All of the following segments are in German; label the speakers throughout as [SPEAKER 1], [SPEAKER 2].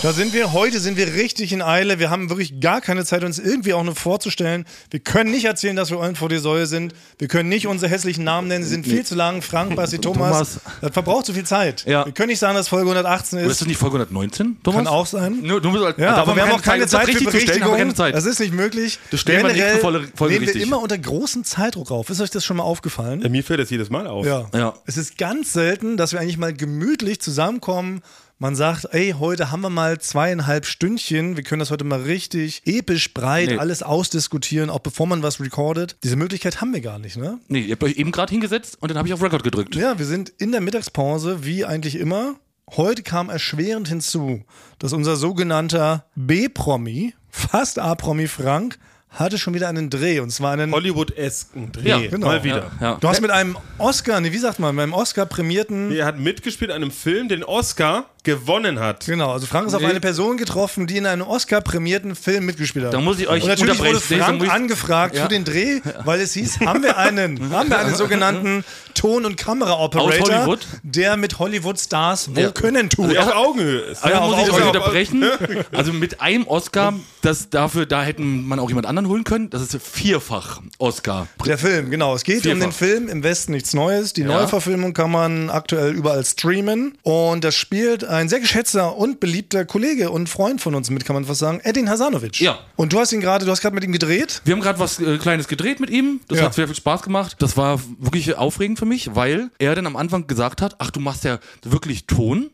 [SPEAKER 1] Da sind wir, heute sind wir richtig in Eile. Wir haben wirklich gar keine Zeit, uns irgendwie auch nur vorzustellen. Wir können nicht erzählen, dass wir Eulen vor die Säue sind. Wir können nicht unsere hässlichen Namen nennen. Sie sind viel zu lang. Frank, Basti, Thomas.
[SPEAKER 2] Thomas.
[SPEAKER 1] Das verbraucht zu viel Zeit.
[SPEAKER 2] Ja.
[SPEAKER 1] Wir können nicht sagen, dass Folge 118
[SPEAKER 2] Oder ist
[SPEAKER 1] ist.
[SPEAKER 2] das nicht Folge 119, Thomas?
[SPEAKER 1] Kann auch sein.
[SPEAKER 2] Nö, du musst,
[SPEAKER 1] Ja, aber wir haben auch keine Zeit für Also
[SPEAKER 2] richtig zu stellen, haben
[SPEAKER 1] Berichtigung.
[SPEAKER 2] wir keine Zeit.
[SPEAKER 1] Das ist nicht möglich.
[SPEAKER 2] Das stellen wir
[SPEAKER 1] Generell
[SPEAKER 2] nächste Folge- Folge
[SPEAKER 1] leben wir
[SPEAKER 2] richtig.
[SPEAKER 1] immer unter großem Zeitdruck auf. Ist euch das schon mal aufgefallen?
[SPEAKER 3] Äh, Mir fällt das jedes Mal auf.
[SPEAKER 1] Ja.
[SPEAKER 2] Ja.
[SPEAKER 1] Es ist ganz selten, dass wir eigentlich mal gemütlich zusammenkommen. Man sagt, ey, heute haben wir mal zweieinhalb Stündchen. Wir können das heute mal richtig episch breit
[SPEAKER 2] Nee.
[SPEAKER 1] alles ausdiskutieren, auch bevor man was recordet. Diese Möglichkeit haben wir gar nicht, ne?
[SPEAKER 2] nee, ihr habt euch eben gerade hingesetzt und dann habe ich auf Record gedrückt.
[SPEAKER 1] Ja, wir sind in der Mittagspause, wie eigentlich immer. Heute kam erschwerend hinzu, dass unser sogenannter B-Promi, fast A-Promi Frank, hatte schon wieder einen Dreh. Und zwar einen
[SPEAKER 3] Hollywood-esken Dreh.
[SPEAKER 2] Ja,
[SPEAKER 1] genau.
[SPEAKER 3] Mal wieder.
[SPEAKER 2] Ja.
[SPEAKER 1] Du hast mit einem Oscar, nee, wie sagt man, mit einem Oscar-prämierten.
[SPEAKER 3] Er hat mitgespielt an einem Film, den Oscar gewonnen hat.
[SPEAKER 1] Genau, also Frank ist auf
[SPEAKER 2] Nee.
[SPEAKER 1] eine Person getroffen, die in einem Oscar-prämierten Film mitgespielt hat.
[SPEAKER 2] Da muss ich euch
[SPEAKER 1] Und natürlich wurde
[SPEAKER 2] unterbrechen. Nee, da
[SPEAKER 1] Frank
[SPEAKER 2] muss ich-
[SPEAKER 1] angefragt
[SPEAKER 2] Ja.
[SPEAKER 1] für den Dreh, weil es hieß, haben wir einen, haben wir einen sogenannten Ton- und
[SPEAKER 2] Aus
[SPEAKER 1] Kamera-Operator,
[SPEAKER 2] Hollywood?
[SPEAKER 1] der mit Hollywood-Stars wo
[SPEAKER 2] Ja.
[SPEAKER 1] können tut.
[SPEAKER 3] Der auf Augenhöhe ist.
[SPEAKER 2] Also muss ich
[SPEAKER 1] auch
[SPEAKER 2] euch
[SPEAKER 1] auf-
[SPEAKER 2] unterbrechen. Also mit einem Oscar, das dafür, da hätten man auch jemand anderen holen können. Das ist vierfach Oscar.
[SPEAKER 1] Der Film, genau. Es geht um
[SPEAKER 2] Vielfach.
[SPEAKER 1] den Film Im Westen nichts Neues. Die
[SPEAKER 2] Ja.
[SPEAKER 1] Neuverfilmung kann man aktuell überall streamen. Und das spielt ein sehr geschätzter und beliebter Kollege und Freund von uns mit, kann man fast sagen, Edin Hasanovic.
[SPEAKER 2] Ja.
[SPEAKER 1] Und du hast ihn gerade, du hast gerade mit ihm gedreht.
[SPEAKER 2] Wir haben gerade was äh, Kleines gedreht mit ihm. Das
[SPEAKER 1] Ja.
[SPEAKER 2] hat sehr viel Spaß gemacht. Das war wirklich aufregend für mich, weil er dann am Anfang gesagt hat: Ach, du machst ja wirklich Ton.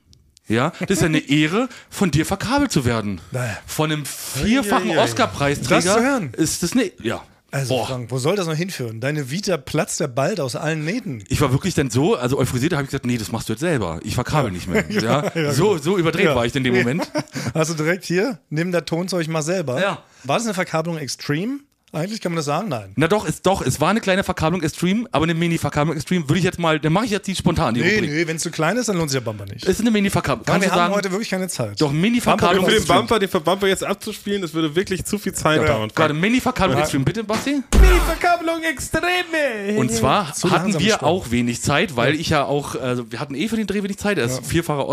[SPEAKER 2] Ja, das ist ja eine Ehre, von dir verkabelt zu werden.
[SPEAKER 1] Naja.
[SPEAKER 2] Von einem vierfachen
[SPEAKER 3] Eieiei.
[SPEAKER 2] Oscar-Preisträger
[SPEAKER 1] Das zu hören.
[SPEAKER 2] ist das eine. Ja.
[SPEAKER 1] Also,
[SPEAKER 2] Boah.
[SPEAKER 1] Frank, wo soll das noch hinführen? Deine Vita platzt ja bald aus allen Nähten.
[SPEAKER 2] ich war wirklich dann so, also euphorisiert, habe ich gesagt, nee, das machst du jetzt selber. Ich verkabel nicht mehr. Ja, so, so überdreht
[SPEAKER 1] genau. Ja.
[SPEAKER 2] war ich in dem Moment.
[SPEAKER 1] Hast du direkt hier, nimm das Tonzeug mal selber.
[SPEAKER 2] Ja.
[SPEAKER 1] War das eine Verkabelung extrem? Eigentlich kann man das sagen, nein.
[SPEAKER 2] Na doch, ist doch, es war eine kleine Verkabelung Extreme, aber eine Mini-Verkabelung Extreme würde ich jetzt mal, dann mache ich jetzt die spontan, die
[SPEAKER 1] Nee,
[SPEAKER 2] Rubrik.
[SPEAKER 1] nee, wenn es zu klein ist, dann lohnt sich der Bumper nicht.
[SPEAKER 2] Ist eine Mini-Verkabelung.
[SPEAKER 1] Aber
[SPEAKER 2] Kannst
[SPEAKER 1] wir
[SPEAKER 2] du
[SPEAKER 1] haben
[SPEAKER 2] sagen,
[SPEAKER 1] heute wirklich keine Zeit.
[SPEAKER 2] doch
[SPEAKER 3] Für
[SPEAKER 2] Mini-Verkabelung
[SPEAKER 3] den
[SPEAKER 2] Extreme.
[SPEAKER 3] Bumper, den Bumper jetzt abzuspielen, das würde wirklich zu viel Zeit dauern.
[SPEAKER 2] Gerade Mini-Verkabelung Extreme, bitte, Basti?
[SPEAKER 3] Verkabelung extreme.
[SPEAKER 2] Und zwar
[SPEAKER 1] Zu
[SPEAKER 2] hatten
[SPEAKER 1] langsam
[SPEAKER 2] wir
[SPEAKER 1] gesprochen.
[SPEAKER 2] auch wenig Zeit, weil ich ja auch, also wir hatten eh für den Dreh wenig Zeit. Er ist vierfacher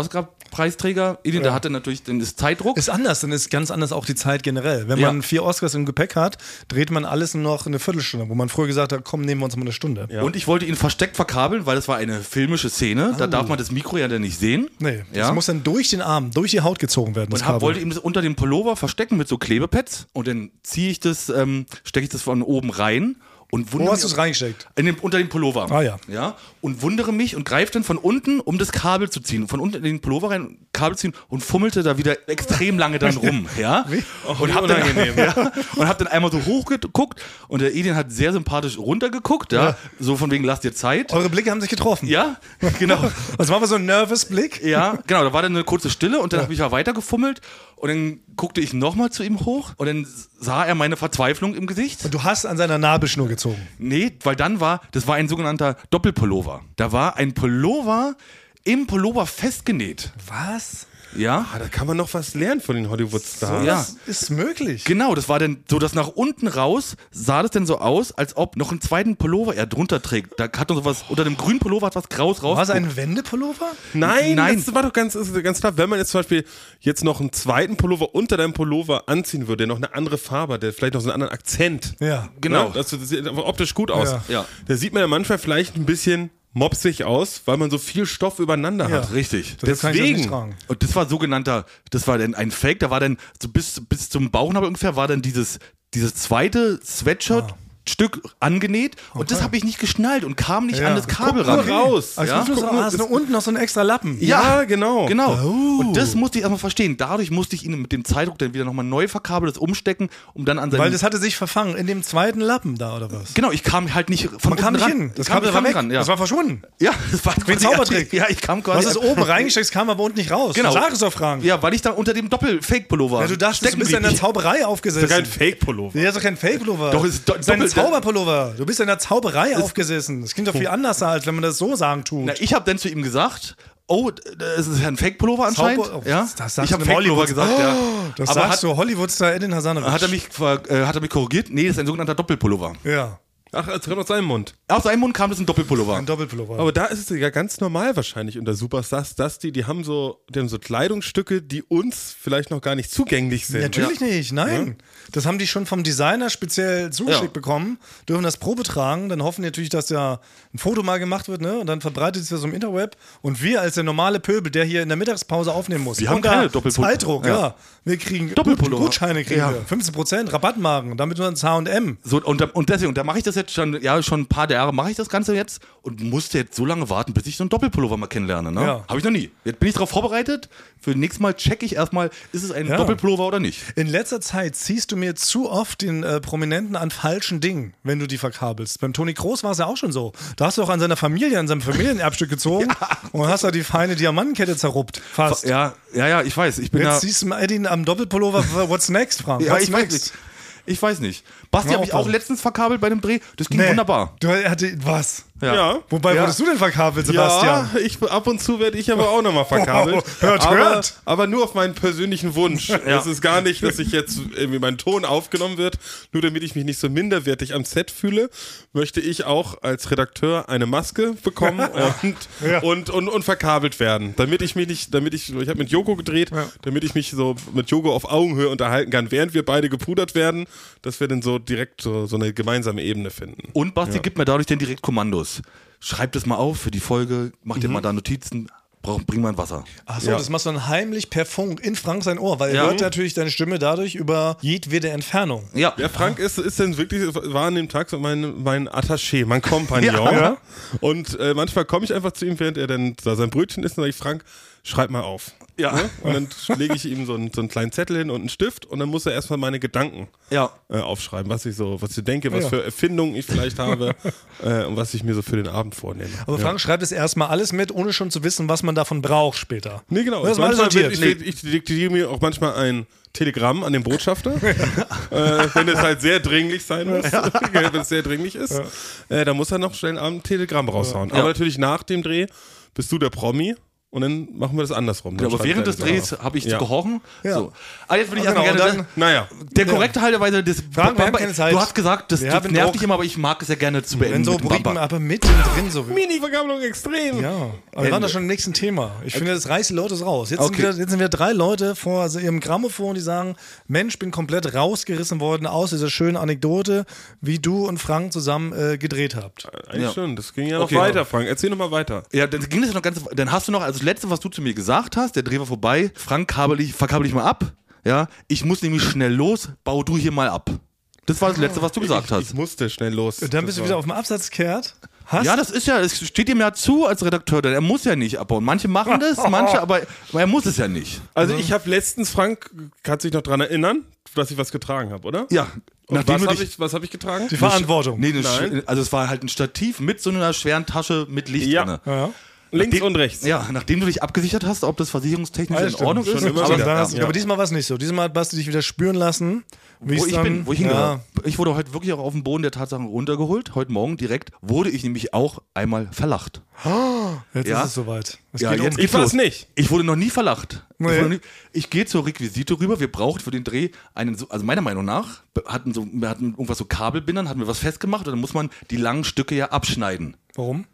[SPEAKER 2] Oscar-Preisträger. Ja. Der hatte natürlich, dann ist Zeitdruck.
[SPEAKER 1] Ist anders, dann ist ganz anders auch die Zeit generell. Wenn
[SPEAKER 2] Ja.
[SPEAKER 1] man vier Oscars im Gepäck hat, dreht man alles nur noch eine Viertelstunde, wo man früher gesagt hat, komm, nehmen wir uns mal eine Stunde.
[SPEAKER 2] Und ich wollte ihn versteckt verkabeln, weil das war eine filmische Szene. Da darf man das Mikro ja dann nicht sehen.
[SPEAKER 1] Ah. Nee, das
[SPEAKER 2] ja?
[SPEAKER 1] muss dann durch den Arm, durch die Haut gezogen werden. Das
[SPEAKER 2] und hab,
[SPEAKER 1] Kabel.
[SPEAKER 2] wollte ihm das unter dem Pullover verstecken mit so Klebepads und dann ziehe ich das, ähm, stecke ich das von oben rein und wundere
[SPEAKER 1] Wo hast du
[SPEAKER 2] mich-
[SPEAKER 1] es reingesteckt?
[SPEAKER 2] in dem, unter dem Pullover.
[SPEAKER 1] Ah, ja.
[SPEAKER 2] ja. Und wundere mich und greife dann von unten, um das Kabel zu ziehen. Von unten in den Pullover rein, Kabel ziehen und fummelte da wieder extrem lange dann rum. Ja. Und hab, dann, ja, und hab dann einmal so hochgeguckt und der Edin hat sehr sympathisch runtergeguckt. Ja. So von wegen, lass dir Zeit.
[SPEAKER 1] Eure Blicke haben sich getroffen.
[SPEAKER 2] Ja, genau.
[SPEAKER 1] Das war aber so ein nervous Blick.
[SPEAKER 2] Ja, genau, da war dann eine kurze Stille und dann hab habe ich ja weitergefummelt und dann guckte ich nochmal zu ihm hoch und dann sah er meine Verzweiflung im Gesicht.
[SPEAKER 1] Und du hast an seiner Nabelschnur gezogen.
[SPEAKER 2] Nee, weil dann war, das war ein sogenannter Doppelpullover. Da war ein Pullover im Pullover festgenäht.
[SPEAKER 1] Was?
[SPEAKER 2] Ja?
[SPEAKER 3] Ah, da kann man noch was lernen von den Hollywood-Stars.
[SPEAKER 2] Ja.
[SPEAKER 1] Das ist möglich.
[SPEAKER 2] Genau, das war dann so, dass nach unten raus sah das denn so aus, als ob noch einen zweiten Pullover er drunter trägt. Da hat so was, unter dem grünen Pullover hat was Graues raus.
[SPEAKER 1] War es ein Wendepullover?
[SPEAKER 3] Nein,
[SPEAKER 2] Nein.
[SPEAKER 3] das war doch ganz, ist ganz klar. Wenn man jetzt zum Beispiel jetzt noch einen zweiten Pullover unter deinem Pullover anziehen würde, der noch eine andere Farbe, hat, der vielleicht noch so einen anderen Akzent.
[SPEAKER 1] Ja.
[SPEAKER 2] Genau.
[SPEAKER 3] Ne? Das, das sieht einfach optisch gut aus.
[SPEAKER 1] Ja.
[SPEAKER 2] Ja.
[SPEAKER 3] Da sieht man ja manchmal vielleicht ein bisschen mopsig aus, weil man so viel Stoff übereinander
[SPEAKER 1] Ja.
[SPEAKER 3] hat.
[SPEAKER 2] Genau, Richtig.
[SPEAKER 1] Das kann ich das nicht
[SPEAKER 3] Deswegen.
[SPEAKER 1] tragen.
[SPEAKER 2] Und das war sogenannter, das war dann ein Fake, da war dann so bis, bis zum Bauchnabel ungefähr war dann dieses, dieses zweite Sweatshirt. Stück angenäht und das habe ich nicht geschnallt und kam nicht
[SPEAKER 1] Ja.
[SPEAKER 2] an das Kabel
[SPEAKER 3] Guck nur
[SPEAKER 2] ran.
[SPEAKER 3] raus.
[SPEAKER 1] Also
[SPEAKER 2] Ja?
[SPEAKER 1] ich muss nur
[SPEAKER 3] Guck
[SPEAKER 1] sagen,
[SPEAKER 3] mal,
[SPEAKER 1] ah, hast du unten noch so einen extra Lappen?
[SPEAKER 2] Ja,
[SPEAKER 3] Ja, genau.
[SPEAKER 2] Genau.
[SPEAKER 1] Oh.
[SPEAKER 2] Und das musste ich erstmal verstehen. Dadurch musste ich ihn mit dem Zeitdruck dann wieder nochmal neu verkabelt, das umstecken, um dann an seinen.
[SPEAKER 1] Weil das hatte sich verfangen in dem zweiten Lappen da oder was?
[SPEAKER 2] genau, ich kam halt nicht von
[SPEAKER 1] Man kam nicht
[SPEAKER 2] unten ran.
[SPEAKER 1] hin.
[SPEAKER 2] Das Kabel war weg. Ran, ja.
[SPEAKER 1] Das war verschwunden.
[SPEAKER 2] ja, das war
[SPEAKER 1] Wie ein
[SPEAKER 2] quasi-
[SPEAKER 1] Zaubertrick.
[SPEAKER 2] Ja, ich kam
[SPEAKER 1] Du
[SPEAKER 2] quasi.
[SPEAKER 1] hast es oben reingesteckt, es kam aber unten nicht raus.
[SPEAKER 2] Genau.
[SPEAKER 1] Sag es doch, Frank.
[SPEAKER 2] Ja, weil ich da unter dem Doppel-Fake-Pullover.
[SPEAKER 1] Ja, du dachtest, du bist in der Zauberei aufgesessen.
[SPEAKER 3] Kein Fake-Pullover.
[SPEAKER 1] Nee, das ist doch kein Fake-Pullover.
[SPEAKER 2] Doch, es ist do-
[SPEAKER 1] das ist ein
[SPEAKER 2] doppelt-
[SPEAKER 1] Zauberpullover. Du bist in der Zauberei aufgesessen. Das klingt doch viel anders, als wenn man das so sagen tut.
[SPEAKER 2] Na, ich habe dann zu ihm gesagt, oh, das ist ja ein Fake-Pullover anscheinend.
[SPEAKER 1] Zauber- oh,
[SPEAKER 2] ja?
[SPEAKER 1] das sagst
[SPEAKER 2] ich habe
[SPEAKER 1] du einem
[SPEAKER 2] Fake-Pullover
[SPEAKER 1] Hollywood- Oh,
[SPEAKER 2] gesagt, ja.
[SPEAKER 1] das
[SPEAKER 2] Aber
[SPEAKER 1] sagst
[SPEAKER 2] hat,
[SPEAKER 1] du Hollywood-Star Edin Hasanovic.
[SPEAKER 2] hat, er mich, ver- äh, hat er mich korrigiert? Nee, das ist ein sogenannter Doppelpullover.
[SPEAKER 1] Ja.
[SPEAKER 3] Ach, es kommt aus seinem Mund.
[SPEAKER 2] Aus seinem Mund kam das ein Doppelpullover.
[SPEAKER 1] Ein Doppelpullover.
[SPEAKER 3] Aber da ist es ja ganz normal wahrscheinlich unter Superstars, dass die, die haben so, die haben so Kleidungsstücke, die uns vielleicht noch gar nicht zugänglich sind.
[SPEAKER 1] Natürlich nicht, nein. Das haben die schon vom Designer speziell zugeschickt
[SPEAKER 2] Ja.
[SPEAKER 1] bekommen, dürfen das Probe tragen, dann hoffen die natürlich, dass ja ein Foto mal gemacht wird, ne? Und dann verbreitet es das im Interweb. Und wir als der normale Pöbel, der hier in der Mittagspause aufnehmen muss,
[SPEAKER 2] Wir haben
[SPEAKER 1] unter
[SPEAKER 2] keine Doppelpullover.
[SPEAKER 1] Zeitdruck, ja.
[SPEAKER 2] Ja.
[SPEAKER 1] Wir kriegen
[SPEAKER 2] Doppelpullover.
[SPEAKER 1] Gutscheine kriegen
[SPEAKER 2] Ja.
[SPEAKER 1] wir. 15% Rabattmarken, damit nur ein HM.
[SPEAKER 2] So, und, da- und deswegen, und da mache ich das jetzt schon, ja, schon ein paar der Jahre mache ich das Ganze jetzt und musste jetzt so lange warten, bis ich so einen Doppelpullover mal kennenlerne. Ne?
[SPEAKER 1] Ja.
[SPEAKER 2] Habe ich noch nie. Jetzt bin ich darauf vorbereitet. Für nächstes Mal checke ich erstmal, ist es ein
[SPEAKER 1] Ja.
[SPEAKER 2] Doppelpullover oder nicht.
[SPEAKER 1] In letzter Zeit ziehst du mir zu oft den äh, Prominenten an falschen Dingen, wenn du die verkabelst. Beim Toni Kroos war es ja auch schon so. Da hast du auch an seiner Familie, an seinem Familienerbstück gezogen und hast da die feine Diamantenkette zerruppt. Fast.
[SPEAKER 2] Ja, ja, ja, ich weiß. Ich bin
[SPEAKER 1] Jetzt
[SPEAKER 2] ja,
[SPEAKER 1] siehst du Eddie am Doppelpullover. äh, What's next, Frank?
[SPEAKER 2] ja,
[SPEAKER 1] What's
[SPEAKER 2] ich weiß nicht. Hm, Ich weiß nicht. Basti
[SPEAKER 1] Na,
[SPEAKER 2] habe ich
[SPEAKER 1] aufpassen.
[SPEAKER 2] auch letztens verkabelt bei einem Dreh. Das ging
[SPEAKER 1] Nee.
[SPEAKER 2] wunderbar.
[SPEAKER 1] Du er hatte was?
[SPEAKER 2] Ja.
[SPEAKER 1] Wobei
[SPEAKER 3] Ja.
[SPEAKER 1] wurdest du denn verkabelt, Sebastian?
[SPEAKER 3] Ja, ich, ab und zu werde ich aber auch nochmal verkabelt.
[SPEAKER 1] Wow, hört,
[SPEAKER 3] aber,
[SPEAKER 1] hört.
[SPEAKER 3] aber nur auf meinen persönlichen Wunsch. Es ist gar nicht, dass ich jetzt irgendwie mein Ton aufgenommen wird. Nur damit ich mich nicht so minderwertig am Set fühle, möchte ich auch als Redakteur eine Maske bekommen und,
[SPEAKER 1] Ja.
[SPEAKER 3] und, und, und verkabelt werden. Damit ich mich nicht, damit ich, ich habe mit Joko gedreht, damit ich mich so mit Joko auf Augenhöhe unterhalten kann, während wir beide gepudert werden, dass wir dann so direkt so, so eine gemeinsame Ebene finden.
[SPEAKER 2] Und Basti gibt mir dadurch dann direkt Kommandos. Schreibt das mal auf für die Folge, macht
[SPEAKER 1] Mhm.
[SPEAKER 2] dir mal da Notizen, brauch, bring mal ein Wasser.
[SPEAKER 1] Achso,
[SPEAKER 3] Ja.
[SPEAKER 1] das machst du dann heimlich per Funk in Frank sein Ohr, weil er
[SPEAKER 2] Ja.
[SPEAKER 1] hört natürlich deine Stimme dadurch über jedwede Entfernung.
[SPEAKER 2] Ja.
[SPEAKER 3] Ja, Frank ist, ist denn wirklich, war an dem Tag so mein, mein Attaché, mein Kompagnon.
[SPEAKER 2] Ja. Ja.
[SPEAKER 3] Und äh, manchmal komme ich einfach zu ihm, während er dann da sein Brötchen isst, und sage ich, Frank, schreib mal auf.
[SPEAKER 2] Ja.
[SPEAKER 3] Ne? Und dann lege ich ihm so einen, so einen kleinen Zettel hin und einen Stift und dann muss er erstmal meine Gedanken
[SPEAKER 2] Ja.
[SPEAKER 3] äh, aufschreiben, was ich so, was ich denke, was
[SPEAKER 1] Ja.
[SPEAKER 3] für Erfindungen ich vielleicht habe äh, und was ich mir so für den Abend vornehme.
[SPEAKER 1] Aber Also Frank schreibt es erstmal alles mit, ohne schon zu wissen, was man davon braucht später.
[SPEAKER 3] Nee, genau.
[SPEAKER 1] Das ist mal
[SPEAKER 3] Manchmal
[SPEAKER 1] sortiert.
[SPEAKER 3] wird- Ich, ich, ich diktiere mir auch manchmal ein Telegramm an den Botschafter, äh, wenn es halt sehr dringlich sein muss, wenn es sehr dringlich ist, äh, dann muss er noch schnell am Telegramm raushauen. Aber natürlich nach dem Dreh bist du der Promi und dann machen wir das andersrum.
[SPEAKER 2] Ja,
[SPEAKER 3] Dann
[SPEAKER 2] Genau, aber
[SPEAKER 3] schreibt
[SPEAKER 2] während
[SPEAKER 3] er
[SPEAKER 2] des
[SPEAKER 3] das
[SPEAKER 2] Drehs
[SPEAKER 3] auf.
[SPEAKER 2] habe ich
[SPEAKER 3] Ja.
[SPEAKER 2] gehorchen.
[SPEAKER 1] Ja.
[SPEAKER 2] So. Ah, jetzt würde ich
[SPEAKER 1] Ja,
[SPEAKER 2] erstmal
[SPEAKER 1] genau,
[SPEAKER 2] gerne.
[SPEAKER 1] und
[SPEAKER 3] Naja.
[SPEAKER 2] der korrekte Halteweise des
[SPEAKER 1] Fragen, wir haben
[SPEAKER 2] Bamba-
[SPEAKER 1] keine Zeit.
[SPEAKER 2] Du hast gesagt, das,
[SPEAKER 1] Wir
[SPEAKER 2] das
[SPEAKER 1] haben
[SPEAKER 2] nervt
[SPEAKER 1] Druck.
[SPEAKER 2] dich immer, aber ich mag es ja gerne zu beenden.
[SPEAKER 1] Wenn so
[SPEAKER 2] mit dem
[SPEAKER 1] Briten,
[SPEAKER 2] Bamba.
[SPEAKER 1] aber mittendrin so.
[SPEAKER 3] Mini-Vergabelung extrem.
[SPEAKER 1] Ja, aber wir waren da schon im nächsten Thema. Ich finde, das reißt die Leute raus. Jetzt, sind
[SPEAKER 2] Okay.
[SPEAKER 1] wieder, jetzt sind wieder drei Leute vor so ihrem Grammophon, die sagen, Mensch, bin komplett rausgerissen worden aus dieser schönen Anekdote, wie du und Frank zusammen äh, gedreht habt.
[SPEAKER 3] Eigentlich
[SPEAKER 2] Ja.
[SPEAKER 3] schon. Das ging ja noch
[SPEAKER 2] Okay.
[SPEAKER 3] weiter, Frank. Erzähl noch mal weiter.
[SPEAKER 2] Ja, dann ging das ja noch ganz. Dann hast du noch, also das letzte, was du zu mir gesagt hast, der Dreh war vorbei, Frank kabel ich, verkabel ich mal ab. Ja, ich muss nämlich schnell los, bau du hier mal ab. Das war das letzte, was du
[SPEAKER 1] Ah.
[SPEAKER 2] gesagt
[SPEAKER 3] Ich, ich
[SPEAKER 2] hast.
[SPEAKER 3] musste schnell los.
[SPEAKER 1] Dann bist du
[SPEAKER 3] Das
[SPEAKER 1] wieder
[SPEAKER 3] war-
[SPEAKER 1] auf dem Absatz kehrt. Hast
[SPEAKER 2] Ja, das ist ja, es steht ihm ja zu als Redakteur, denn er muss ja nicht abbauen. Manche machen das, manche, aber er muss es ja nicht.
[SPEAKER 1] Mhm.
[SPEAKER 3] Also ich habe letztens, Frank kann sich noch dran erinnern, dass ich was getragen habe, oder?
[SPEAKER 2] Ja,
[SPEAKER 3] Und was
[SPEAKER 2] du
[SPEAKER 3] habe
[SPEAKER 2] dich-
[SPEAKER 3] ich, was hab ich getragen?
[SPEAKER 1] die Verantwortung.
[SPEAKER 2] Nee, eine
[SPEAKER 3] Nein.
[SPEAKER 2] Sch- also es war halt ein Stativ mit so einer schweren Tasche mit Licht
[SPEAKER 3] Ja.
[SPEAKER 2] drinne.
[SPEAKER 1] Ja.
[SPEAKER 3] Links und rechts.
[SPEAKER 2] Ja, nachdem du dich abgesichert hast, ob das versicherungstechnisch
[SPEAKER 1] Ah, Ja,
[SPEAKER 2] in
[SPEAKER 1] stimmt.
[SPEAKER 2] Ordnung ist.
[SPEAKER 1] Schon immer
[SPEAKER 2] aber,
[SPEAKER 1] wieder.
[SPEAKER 2] ja,
[SPEAKER 1] Aber, diesmal war es nicht so. Diesmal hat Basti dich wieder spüren lassen. Wie
[SPEAKER 2] wo
[SPEAKER 1] es
[SPEAKER 2] ich
[SPEAKER 1] dann-
[SPEAKER 2] bin, wo ich
[SPEAKER 1] ja.
[SPEAKER 2] hingehöre. Ich wurde heute wirklich auch auf den Boden der Tatsachen runtergeholt. Heute Morgen direkt wurde ich nämlich auch einmal verlacht.
[SPEAKER 1] Jetzt
[SPEAKER 2] Ja.
[SPEAKER 1] ist es soweit. Es
[SPEAKER 2] Ja,
[SPEAKER 1] geht um.
[SPEAKER 2] jetzt
[SPEAKER 3] Ich
[SPEAKER 2] geht's los.
[SPEAKER 3] war's nicht.
[SPEAKER 2] Ich wurde noch nie verlacht. Ich,
[SPEAKER 1] Nee.
[SPEAKER 2] wurde noch nie, ich gehe zur Requisite rüber. Wir brauchen für den Dreh einen, so- also meiner Meinung nach, hatten so, wir hatten irgendwas so Kabelbindern, hatten wir was festgemacht und dann muss man die langen Stücke ja abschneiden.
[SPEAKER 1] um- Warum?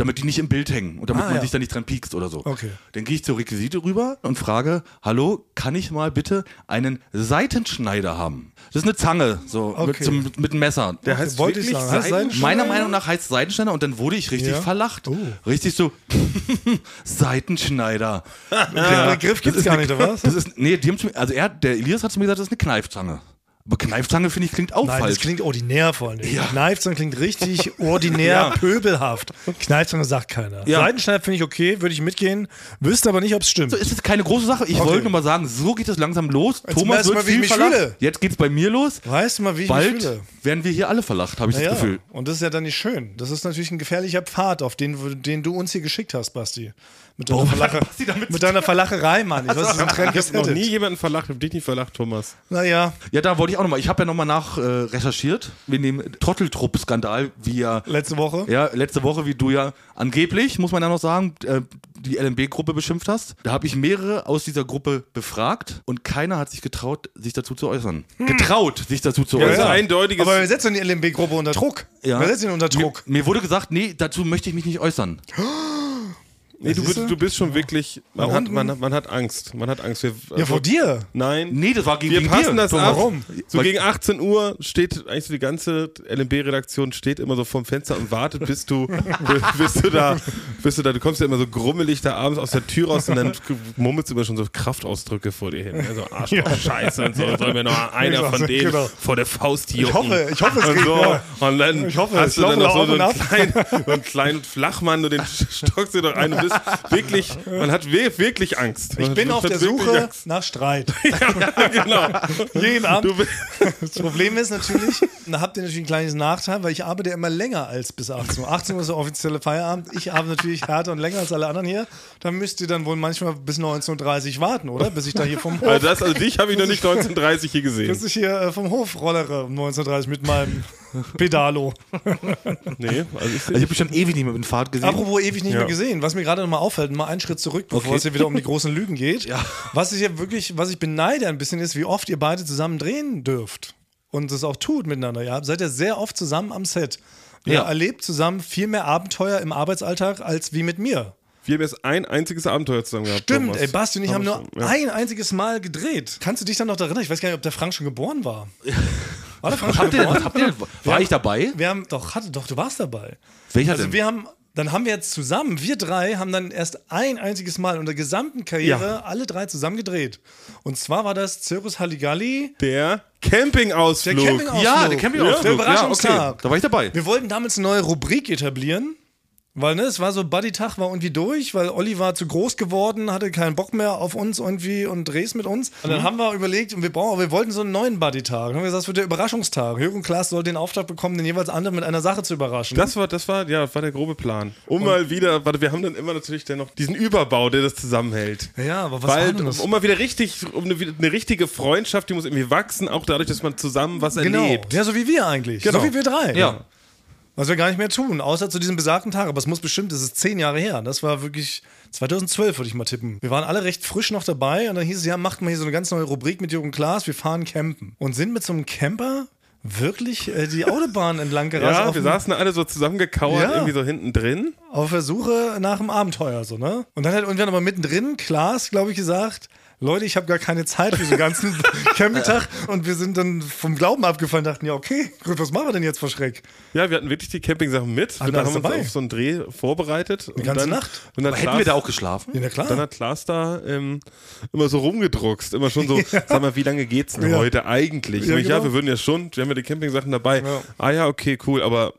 [SPEAKER 2] damit die nicht im Bild hängen und damit
[SPEAKER 1] Ah,
[SPEAKER 2] man
[SPEAKER 1] ja.
[SPEAKER 2] sich da nicht dran piekst oder so.
[SPEAKER 1] Okay.
[SPEAKER 2] Dann gehe ich zur Requisite rüber und frage, hallo, kann ich mal bitte einen Seitenschneider haben? Das ist eine Zange, so
[SPEAKER 1] Okay.
[SPEAKER 2] mit, zum, mit einem Messer.
[SPEAKER 3] Der heißt
[SPEAKER 1] Wollte ich
[SPEAKER 3] wirklich
[SPEAKER 1] sagen. Heißt
[SPEAKER 3] Seiden-
[SPEAKER 1] Seiden-
[SPEAKER 2] Meiner Meinung nach heißt Seitenschneider und dann wurde ich richtig
[SPEAKER 1] Ja.
[SPEAKER 2] verlacht.
[SPEAKER 1] Oh.
[SPEAKER 2] Richtig so, Seitenschneider.
[SPEAKER 1] Den Begriff gibt es gar nicht, oder was?
[SPEAKER 2] Das ist, nee, die haben zu mir, also er, der Elias hat zu mir gesagt, das ist eine Kneifzange. Aber Kneifzange finde ich klingt auch
[SPEAKER 1] Nein, das
[SPEAKER 2] falsch.
[SPEAKER 1] klingt ordinär vor allem. Ja.
[SPEAKER 2] Ja.
[SPEAKER 1] Kneifzange klingt richtig ordinär, pöbelhaft. Kneifzange sagt keiner.
[SPEAKER 2] Ja.
[SPEAKER 1] Seitenschneid finde ich okay, würde ich mitgehen, wüsste aber nicht, ob es stimmt.
[SPEAKER 2] so ist es keine große Sache. Ich wollte nur mal sagen, so geht es langsam los. Thomas
[SPEAKER 1] merkst du
[SPEAKER 2] wird
[SPEAKER 1] mal, wie ich
[SPEAKER 2] viel
[SPEAKER 1] mich
[SPEAKER 2] verlacht.
[SPEAKER 1] fühle.
[SPEAKER 2] Jetzt geht's bei mir los.
[SPEAKER 1] weißt du mal, wie ich mich
[SPEAKER 2] Bald
[SPEAKER 1] fühle?
[SPEAKER 2] werden wir hier alle verlacht, habe ich
[SPEAKER 1] Ja,
[SPEAKER 2] das Gefühl.
[SPEAKER 1] und das ist ja dann nicht schön. Das ist natürlich ein gefährlicher Pfad, auf den, den du uns hier geschickt hast, Basti. Mit deiner,
[SPEAKER 2] Warum hat
[SPEAKER 1] Verlache,
[SPEAKER 2] Basti Also, damit zu
[SPEAKER 1] mit deiner Verlacherei, Mann. Ich weiß, es ist ein Trend
[SPEAKER 3] Ich habe noch nie
[SPEAKER 1] gesplittet.
[SPEAKER 3] jemanden verlacht, hab dich nicht verlacht, Thomas.
[SPEAKER 1] Naja,
[SPEAKER 2] Ja, da wollte ich auch nochmal. Ich habe ja nochmal nach äh, recherchiert wegen dem Trotteltrupp-Skandal, wie ja,
[SPEAKER 1] letzte Woche.
[SPEAKER 2] ja letzte Woche, wie du ja angeblich, muss man ja noch sagen, äh, die LMB-Gruppe beschimpft hast. Da habe ich mehrere aus dieser Gruppe befragt und keiner hat sich getraut, sich dazu zu äußern.
[SPEAKER 1] Hm.
[SPEAKER 2] Getraut, sich dazu zu
[SPEAKER 3] Das ist
[SPEAKER 2] äußern.
[SPEAKER 3] eindeutiges.
[SPEAKER 1] Aber wir setzen die LMB-Gruppe unter Druck.
[SPEAKER 2] Ja.
[SPEAKER 1] Wir setzen ihn unter Druck.
[SPEAKER 2] Mir wurde gesagt, nee, dazu möchte ich mich nicht äußern.
[SPEAKER 3] nee, du,
[SPEAKER 1] Siehste?
[SPEAKER 3] bist- du bist schon wirklich. Man
[SPEAKER 1] Na
[SPEAKER 3] hat,
[SPEAKER 1] unten?
[SPEAKER 3] man, hat- man hat Angst. Man hat Angst. Wir,
[SPEAKER 1] Ja,
[SPEAKER 2] Also-
[SPEAKER 1] vor dir.
[SPEAKER 3] Nein.
[SPEAKER 2] Nee, das war gegen
[SPEAKER 3] Wir
[SPEAKER 2] gegen
[SPEAKER 3] passen
[SPEAKER 2] dir.
[SPEAKER 3] das ab.
[SPEAKER 1] Warum?
[SPEAKER 3] So gegen 18 Uhr steht eigentlich so die ganze LMB-Redaktion steht immer so vorm Fenster und wartet, bis du, bis du da, bis du da, du kommst ja immer so grummelig da abends aus der Tür raus und dann murmelst du immer schon so Kraftausdrücke vor dir hin. Also Arschloch, Scheiße und so. Soll mir noch einer von denen
[SPEAKER 1] Genau.
[SPEAKER 3] vor der Faust hier.
[SPEAKER 1] Ich hoffe, ich hoffe, es
[SPEAKER 3] und
[SPEAKER 1] geht,
[SPEAKER 3] so.
[SPEAKER 1] ja.
[SPEAKER 3] Und dann
[SPEAKER 1] Ich hoffe, es
[SPEAKER 3] hast du dann
[SPEAKER 1] laufen
[SPEAKER 3] noch so, so
[SPEAKER 1] Laufen ab.
[SPEAKER 3] einen kleinen, so einen kleinen Flachmann und den stockst du doch ein und bist wirklich, man hat wir- wirklich Angst.
[SPEAKER 1] Ich
[SPEAKER 2] Also
[SPEAKER 3] Man
[SPEAKER 1] bin
[SPEAKER 3] hat
[SPEAKER 1] auf der
[SPEAKER 3] wirklich
[SPEAKER 1] Suche
[SPEAKER 3] Angst.
[SPEAKER 1] nach Streit.
[SPEAKER 3] Ja, genau.
[SPEAKER 1] Jeden
[SPEAKER 3] Du
[SPEAKER 1] Abend.
[SPEAKER 3] bist,
[SPEAKER 1] Das Problem ist natürlich, da habt ihr natürlich einen kleinen Nachteil, weil ich arbeite ja immer länger als bis 18 Uhr. 18 Uhr ist der offizielle Feierabend. Ich arbeite natürlich härter und länger als alle anderen hier. Da müsst ihr dann wohl manchmal bis 19.30 Uhr warten, oder? Bis ich da hier vom Hof,
[SPEAKER 3] Also, das, also dich habe ich noch nicht 1930 hier
[SPEAKER 1] bis
[SPEAKER 3] gesehen.
[SPEAKER 1] ich hier äh, vom Hof rollere um 19.30 Uhr mit meinem Pedalo.
[SPEAKER 3] Nee, also ich
[SPEAKER 2] Also ich habe schon ewig nicht mehr mit dem Fahrt gesehen.
[SPEAKER 1] Apropos ewig nicht
[SPEAKER 3] Ja.
[SPEAKER 1] mehr gesehen, was mir gerade nochmal auffällt, mal einen Schritt zurück, bevor
[SPEAKER 2] Hm? Okay.
[SPEAKER 1] es hier wieder um die großen Lügen geht. Was ich ja wirklich, was ich beneide ein bisschen ist, wie oft ihr beide zusammen drehen dürft und es auch tut miteinander. Ihr habt- seid ja sehr oft zusammen am Set. Ihr
[SPEAKER 2] Ja.
[SPEAKER 1] erlebt zusammen viel mehr Abenteuer im Arbeitsalltag als wie mit mir.
[SPEAKER 3] wir haben jetzt ein einziges Abenteuer zusammen gehabt.
[SPEAKER 1] Stimmt,
[SPEAKER 3] Thomas.
[SPEAKER 1] ey, Basti und ich haben nur
[SPEAKER 3] wir schon,
[SPEAKER 1] ein einziges Mal gedreht. Kannst du dich dann noch daran erinnern? Ich weiß gar nicht, ob der Frank schon geboren war. War der Frank schon
[SPEAKER 2] Habt ihr,
[SPEAKER 1] geboren?
[SPEAKER 2] was habt ihr, war ich dabei?
[SPEAKER 1] Wir haben, doch, hatte, doch, du warst dabei.
[SPEAKER 2] Welcher
[SPEAKER 1] Also
[SPEAKER 2] denn?
[SPEAKER 1] wir haben, dann haben wir jetzt zusammen, wir drei haben dann erst ein einziges Mal unter gesamten Karriere alle drei zusammen gedreht. Und zwar war das Circus Halligalli,
[SPEAKER 3] Der Campingausflug.
[SPEAKER 1] der Campingausflug.
[SPEAKER 2] ja, der Campingausflug.
[SPEAKER 1] Der
[SPEAKER 2] Ja,
[SPEAKER 1] Überraschungstag.
[SPEAKER 2] okay. Da war ich dabei.
[SPEAKER 1] Wir wollten damals eine neue Rubrik etablieren. Weil, ne, es war so, Buddy-Tag war irgendwie durch, weil Olli war zu groß geworden, hatte keinen Bock mehr auf uns irgendwie und Drehs mit uns. Und
[SPEAKER 3] Mhm.
[SPEAKER 1] dann haben wir überlegt, und wir brauchen, wir wollten so einen neuen Buddy-Tag. Dann haben wir gesagt, es wird der Überraschungstag. Jürgen und Klaas soll den Auftrag bekommen, den jeweils anderen mit einer Sache zu überraschen.
[SPEAKER 3] Das war, das war, ja, war der grobe Plan. Um mal wieder, warte, wir haben dann immer natürlich dann noch diesen Überbau, der das zusammenhält.
[SPEAKER 1] ja, aber was war
[SPEAKER 3] Weil,
[SPEAKER 1] denn das?
[SPEAKER 3] um mal wieder richtig, um eine, wieder eine richtige Freundschaft, die muss irgendwie wachsen, auch dadurch, dass man zusammen was
[SPEAKER 1] Genau.
[SPEAKER 3] erlebt.
[SPEAKER 1] Ja, so wie wir eigentlich.
[SPEAKER 3] Genau.
[SPEAKER 1] So wie wir drei.
[SPEAKER 2] Ja.
[SPEAKER 1] Was wir gar nicht mehr tun, außer zu diesem besagten Tag. Aber es muss bestimmt, es ist zehn Jahre her. Das war wirklich 2012, würde ich mal tippen. Wir waren alle recht frisch noch dabei und dann hieß es, ja, macht mal hier so eine ganz neue Rubrik mit Jürgen Klaas, wir fahren campen. Und sind mit so einem Camper wirklich äh, die Autobahn entlang gerast
[SPEAKER 3] Ja,
[SPEAKER 1] auf,
[SPEAKER 3] wir saßen da alle so zusammengekauert,
[SPEAKER 1] Ja.
[SPEAKER 3] irgendwie so hinten drin.
[SPEAKER 1] auf der Suche nach einem Abenteuer. So, ne? Und dann hat irgendwann aber mittendrin Klaas, glaube ich, gesagt... Leute, ich habe gar keine Zeit für den ganzen Campingtag und wir sind dann vom Glauben abgefallen, dachten ja, okay, gut, was machen wir denn jetzt vor Schreck?
[SPEAKER 3] Ja, wir hatten wirklich die Campingsachen mit.
[SPEAKER 1] Ah,
[SPEAKER 3] und
[SPEAKER 1] da
[SPEAKER 3] dann
[SPEAKER 1] ist
[SPEAKER 3] haben wir uns
[SPEAKER 1] dabei.
[SPEAKER 3] auf so einen Dreh vorbereitet. Die
[SPEAKER 1] ganze
[SPEAKER 3] dann,
[SPEAKER 1] Nacht.
[SPEAKER 3] Und dann
[SPEAKER 2] Hätten
[SPEAKER 3] saß-
[SPEAKER 2] wir da auch geschlafen?
[SPEAKER 1] Ja, na klar.
[SPEAKER 3] Dann hat Klaas da ähm, immer so rumgedruckst, immer schon so, sag mal, wie lange geht's denn
[SPEAKER 1] Ja.
[SPEAKER 3] heute eigentlich?
[SPEAKER 1] Ja,
[SPEAKER 3] Ja, ich, ja,
[SPEAKER 1] genau.
[SPEAKER 3] wir würden ja schon, wir haben ja die Campingsachen dabei.
[SPEAKER 1] Ja.
[SPEAKER 3] Ah ja, okay, cool, aber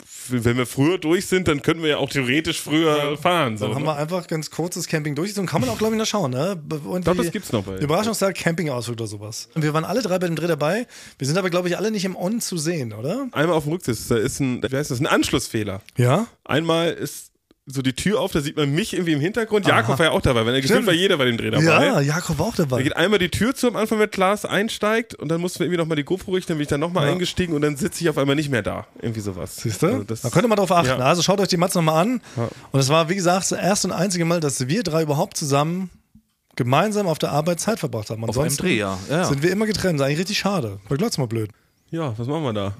[SPEAKER 3] f- wenn wir früher durch sind, dann können wir ja auch theoretisch früher fahren. So,
[SPEAKER 1] Dann haben
[SPEAKER 3] ne?
[SPEAKER 1] wir einfach ganz kurzes Camping durchgezogen. Kann man auch, glaube ich, noch schauen. Ne? Ich
[SPEAKER 3] glaub, das gibt's noch bei-
[SPEAKER 1] Überraschungstag, Campingausflug oder sowas. Und wir waren alle drei bei dem Dreh dabei. Wir sind aber, glaube ich, alle nicht im On zu sehen, oder?
[SPEAKER 3] Einmal auf dem Rücksitz, da ist ein, wie heißt das, ein Anschlussfehler.
[SPEAKER 1] Ja.
[SPEAKER 3] Einmal ist so die Tür auf, da sieht man mich irgendwie im Hintergrund. Jakob war ja auch dabei, wenn er gefühlt
[SPEAKER 1] Stimmt.
[SPEAKER 3] war jeder bei dem Dreh dabei.
[SPEAKER 1] Ja, Jakob war auch
[SPEAKER 3] Da
[SPEAKER 1] dabei.
[SPEAKER 3] geht einmal die Tür zu am Anfang, wenn Klaas einsteigt und dann mussten wir irgendwie nochmal die GoPro richten, dann bin ich dann nochmal
[SPEAKER 1] Ja.
[SPEAKER 3] eingestiegen und dann sitze ich auf einmal nicht mehr da. Irgendwie sowas. Siehst
[SPEAKER 1] Da könnte man drauf achten.
[SPEAKER 3] Also Ja.
[SPEAKER 1] Also schaut euch die Matz nochmal an.
[SPEAKER 3] Ja.
[SPEAKER 1] Und es war, wie gesagt, das erste und einzige Mal, dass wir drei überhaupt zusammen gemeinsam auf der Arbeit Zeit verbracht haben.
[SPEAKER 2] Auf einem
[SPEAKER 1] Ansonsten
[SPEAKER 2] Dreh, ja. ja.
[SPEAKER 1] sind wir immer getrennt. Das ist eigentlich richtig schade. Bei Glotz mal blöd.
[SPEAKER 3] Ja, was machen wir da?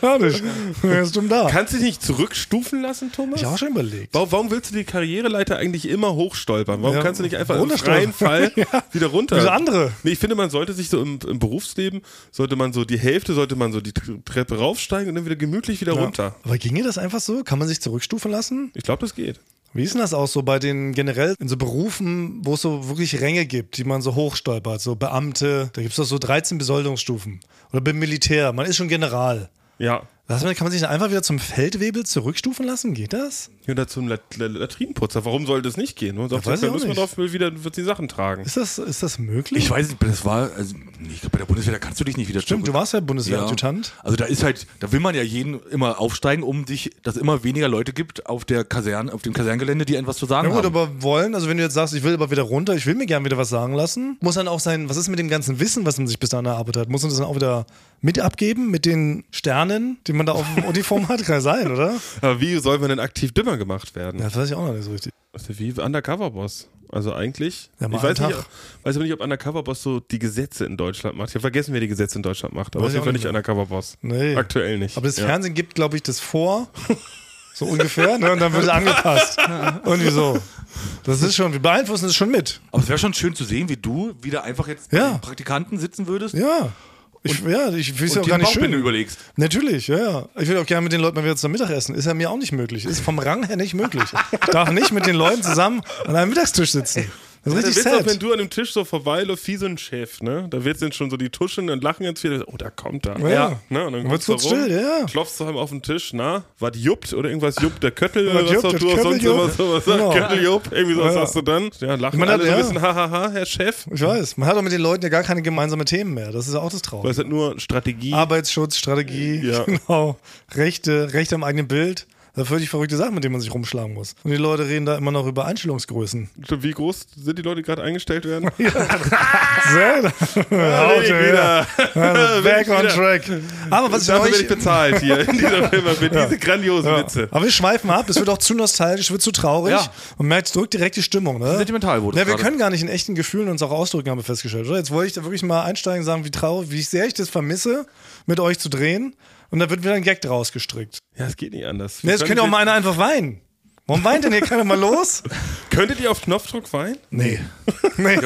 [SPEAKER 1] Herrlich. Wer ist dumm da?
[SPEAKER 3] Kannst du dich nicht zurückstufen lassen, Thomas?
[SPEAKER 1] Ich habe auch schon überlegt.
[SPEAKER 3] Warum, warum willst du die Karriereleiter eigentlich immer hochstolpern? Warum
[SPEAKER 1] Ja,
[SPEAKER 3] kannst du nicht einfach im freien
[SPEAKER 1] runterstolpern.
[SPEAKER 3] Fall wieder runter?
[SPEAKER 1] Diese andere.
[SPEAKER 3] Nee, ich finde, man sollte sich so im, im Berufsleben, sollte man so die Hälfte, sollte man so die Tre- Treppe raufsteigen und dann wieder gemütlich wieder runter.
[SPEAKER 1] Aber ginge das einfach so? Kann man sich zurückstufen lassen?
[SPEAKER 3] Ich glaube, das geht.
[SPEAKER 1] Wie ist denn das auch so bei den generell in so Berufen, wo es so wirklich Ränge gibt, die man so hochstolpert? So Beamte, da gibt es doch so 13 Besoldungsstufen. Oder beim Militär, man ist schon General.
[SPEAKER 3] Ja.
[SPEAKER 1] Was, kann man sich dann einfach wieder zum Feldwebel zurückstufen lassen? Geht das?
[SPEAKER 3] Und dazu ein Lat La- Latrinenputzer. Warum sollte das nicht gehen? Und Sonst
[SPEAKER 1] weiß ich auch
[SPEAKER 3] müssen wir
[SPEAKER 1] nicht.
[SPEAKER 3] doch wieder wird die Sachen tragen.
[SPEAKER 1] Ist das, ist das möglich?
[SPEAKER 2] Ich weiß nicht, das war, also, nee, ich glaub, bei der Bundeswehr, da kannst du dich nicht wieder
[SPEAKER 1] Stimmt, du warst ja
[SPEAKER 2] ja.
[SPEAKER 1] Bundeswehradjutant.
[SPEAKER 2] Also da ist halt, da will man ja jeden immer aufsteigen, um dich, dass immer weniger Leute gibt auf der Kaserne, auf dem Kaserngelände, die einem was zu sagen
[SPEAKER 1] Ja gut,
[SPEAKER 2] haben.
[SPEAKER 1] aber wollen, also wenn du jetzt sagst, ich will aber wieder runter, ich will mir gerne wieder was sagen lassen, muss dann auch sein, was ist mit dem ganzen Wissen, was man sich bis dahin erarbeitet hat, muss man das dann auch wieder mit abgeben mit den Sternen, die man da auf dem Uniform hat? Kann ja sein, oder?
[SPEAKER 3] Aber wie soll man denn aktiv dümmer gemacht werden?
[SPEAKER 1] Das weiß ich auch noch nicht so richtig.
[SPEAKER 3] Also wie Undercover-Boss. Also eigentlich.
[SPEAKER 1] Ja, mal
[SPEAKER 3] ich weiß
[SPEAKER 1] einen
[SPEAKER 3] nicht,
[SPEAKER 1] Tag.
[SPEAKER 3] weiß aber nicht, ob Undercover-Boss so die Gesetze in Deutschland macht. Ich habe vergessen, wer die Gesetze in Deutschland macht. Aber
[SPEAKER 1] Weiß
[SPEAKER 3] auf jeden
[SPEAKER 1] ich auch
[SPEAKER 3] Fall
[SPEAKER 1] nicht
[SPEAKER 3] nicht
[SPEAKER 1] mehr.
[SPEAKER 3] Undercover-Boss.
[SPEAKER 1] Nee.
[SPEAKER 3] Aktuell nicht.
[SPEAKER 1] Aber das
[SPEAKER 3] ja.
[SPEAKER 1] Fernsehen gibt, glaube ich, das vor. So ungefähr, ne? Und dann wird es angepasst. Irgendwie so. Das ist schon, wir beeinflussen es schon mit.
[SPEAKER 2] Aber es wäre schon schön zu sehen, wie du wieder einfach jetzt
[SPEAKER 1] Ja.
[SPEAKER 2] bei den Praktikanten sitzen würdest
[SPEAKER 1] Ja. Ich, ja, ich will es ja auch
[SPEAKER 2] und
[SPEAKER 1] gar
[SPEAKER 2] dir
[SPEAKER 1] nicht
[SPEAKER 2] Bauchbinde
[SPEAKER 1] schön.
[SPEAKER 2] überlegst.
[SPEAKER 1] Natürlich, ja, ja. Ich würde auch gerne mit den Leuten mal wieder zum Mittagessen. Ist ja mir auch nicht möglich. Ist vom Rang her nicht möglich. Ich darf nicht mit den Leuten zusammen an einem Mittagstisch sitzen. Das ist
[SPEAKER 3] Der
[SPEAKER 1] richtig
[SPEAKER 3] Witz auch, wenn
[SPEAKER 1] sad.
[SPEAKER 3] du an dem Tisch so vorbeiläufst, wie so ein Chef, ne? Da wird dann schon so die Tuschen und lachen ganz viele. Oh, da kommt er.
[SPEAKER 1] Ja.
[SPEAKER 3] Ne? Und dann
[SPEAKER 1] Dann
[SPEAKER 3] kommst
[SPEAKER 1] wird's
[SPEAKER 3] du
[SPEAKER 1] kurz
[SPEAKER 3] rum,
[SPEAKER 1] still, ja.
[SPEAKER 3] Klopfst du einem auf den Tisch, na? Was juppt oder irgendwas juppt der Köttel
[SPEAKER 1] Was
[SPEAKER 3] oder was
[SPEAKER 1] juppt,
[SPEAKER 3] auch
[SPEAKER 1] das
[SPEAKER 3] du auch sonst
[SPEAKER 1] Kötteljupp?
[SPEAKER 3] immer sowas
[SPEAKER 1] Genau.
[SPEAKER 3] sagst. Kötteljupp, irgendwie sowas
[SPEAKER 1] Ja.
[SPEAKER 3] hast du dann. Ja, lachen
[SPEAKER 1] Man hat-
[SPEAKER 3] alle so
[SPEAKER 1] ja.
[SPEAKER 3] ein bisschen, hahaha, Herr Chef.
[SPEAKER 1] Ich weiß. Man hat auch mit den Leuten ja gar keine gemeinsamen Themen mehr. Das ist ja auch das
[SPEAKER 3] Weil
[SPEAKER 1] Traurige.
[SPEAKER 3] es halt nur Strategie.
[SPEAKER 1] Ah. Arbeitsschutz, Strategie,
[SPEAKER 3] Ja.
[SPEAKER 1] genau. Rechte, Rechte am eigenen Bild. Das sind völlig verrückte Sachen, mit denen man sich rumschlagen muss. Und die Leute reden da immer noch über Einstellungsgrößen.
[SPEAKER 3] Wie groß sind die Leute, die gerade eingestellt werden?
[SPEAKER 1] Sehr.
[SPEAKER 3] Ah,
[SPEAKER 1] Haut
[SPEAKER 3] leg
[SPEAKER 1] her.
[SPEAKER 3] wieder.
[SPEAKER 1] Ja, Back
[SPEAKER 3] Bin ich
[SPEAKER 1] on
[SPEAKER 3] wieder.
[SPEAKER 1] track. Aber was ich
[SPEAKER 3] Dafür werde ich
[SPEAKER 1] neulich...
[SPEAKER 3] bezahlt hier in dieser Firma für diese grandiosen
[SPEAKER 1] Ja.
[SPEAKER 3] Witze.
[SPEAKER 1] Aber wir schweifen ab, es wird auch zu nostalgisch, wird zu traurig
[SPEAKER 2] Ja.
[SPEAKER 1] und merkt, es drückt direkt die Stimmung. Ne?
[SPEAKER 2] Sentimental wurde
[SPEAKER 1] ja, wir
[SPEAKER 2] gerade.
[SPEAKER 1] können gar nicht in echten Gefühlen uns auch ausdrücken, haben wir festgestellt. Oder? Jetzt wollte ich da wirklich mal einsteigen und sagen, wie traurig, wie sehr ich das vermisse, mit euch zu drehen. Und da wird wieder ein Gag draus gestrickt.
[SPEAKER 3] Ja, es geht nicht anders.
[SPEAKER 1] Ne, jetzt
[SPEAKER 3] Könntet
[SPEAKER 1] könnte auch
[SPEAKER 3] ihr-
[SPEAKER 1] mal einer einfach weinen. Warum weint denn hier keiner mal los?
[SPEAKER 3] Könntet ihr auf Knopfdruck weinen?
[SPEAKER 1] Nee. nee.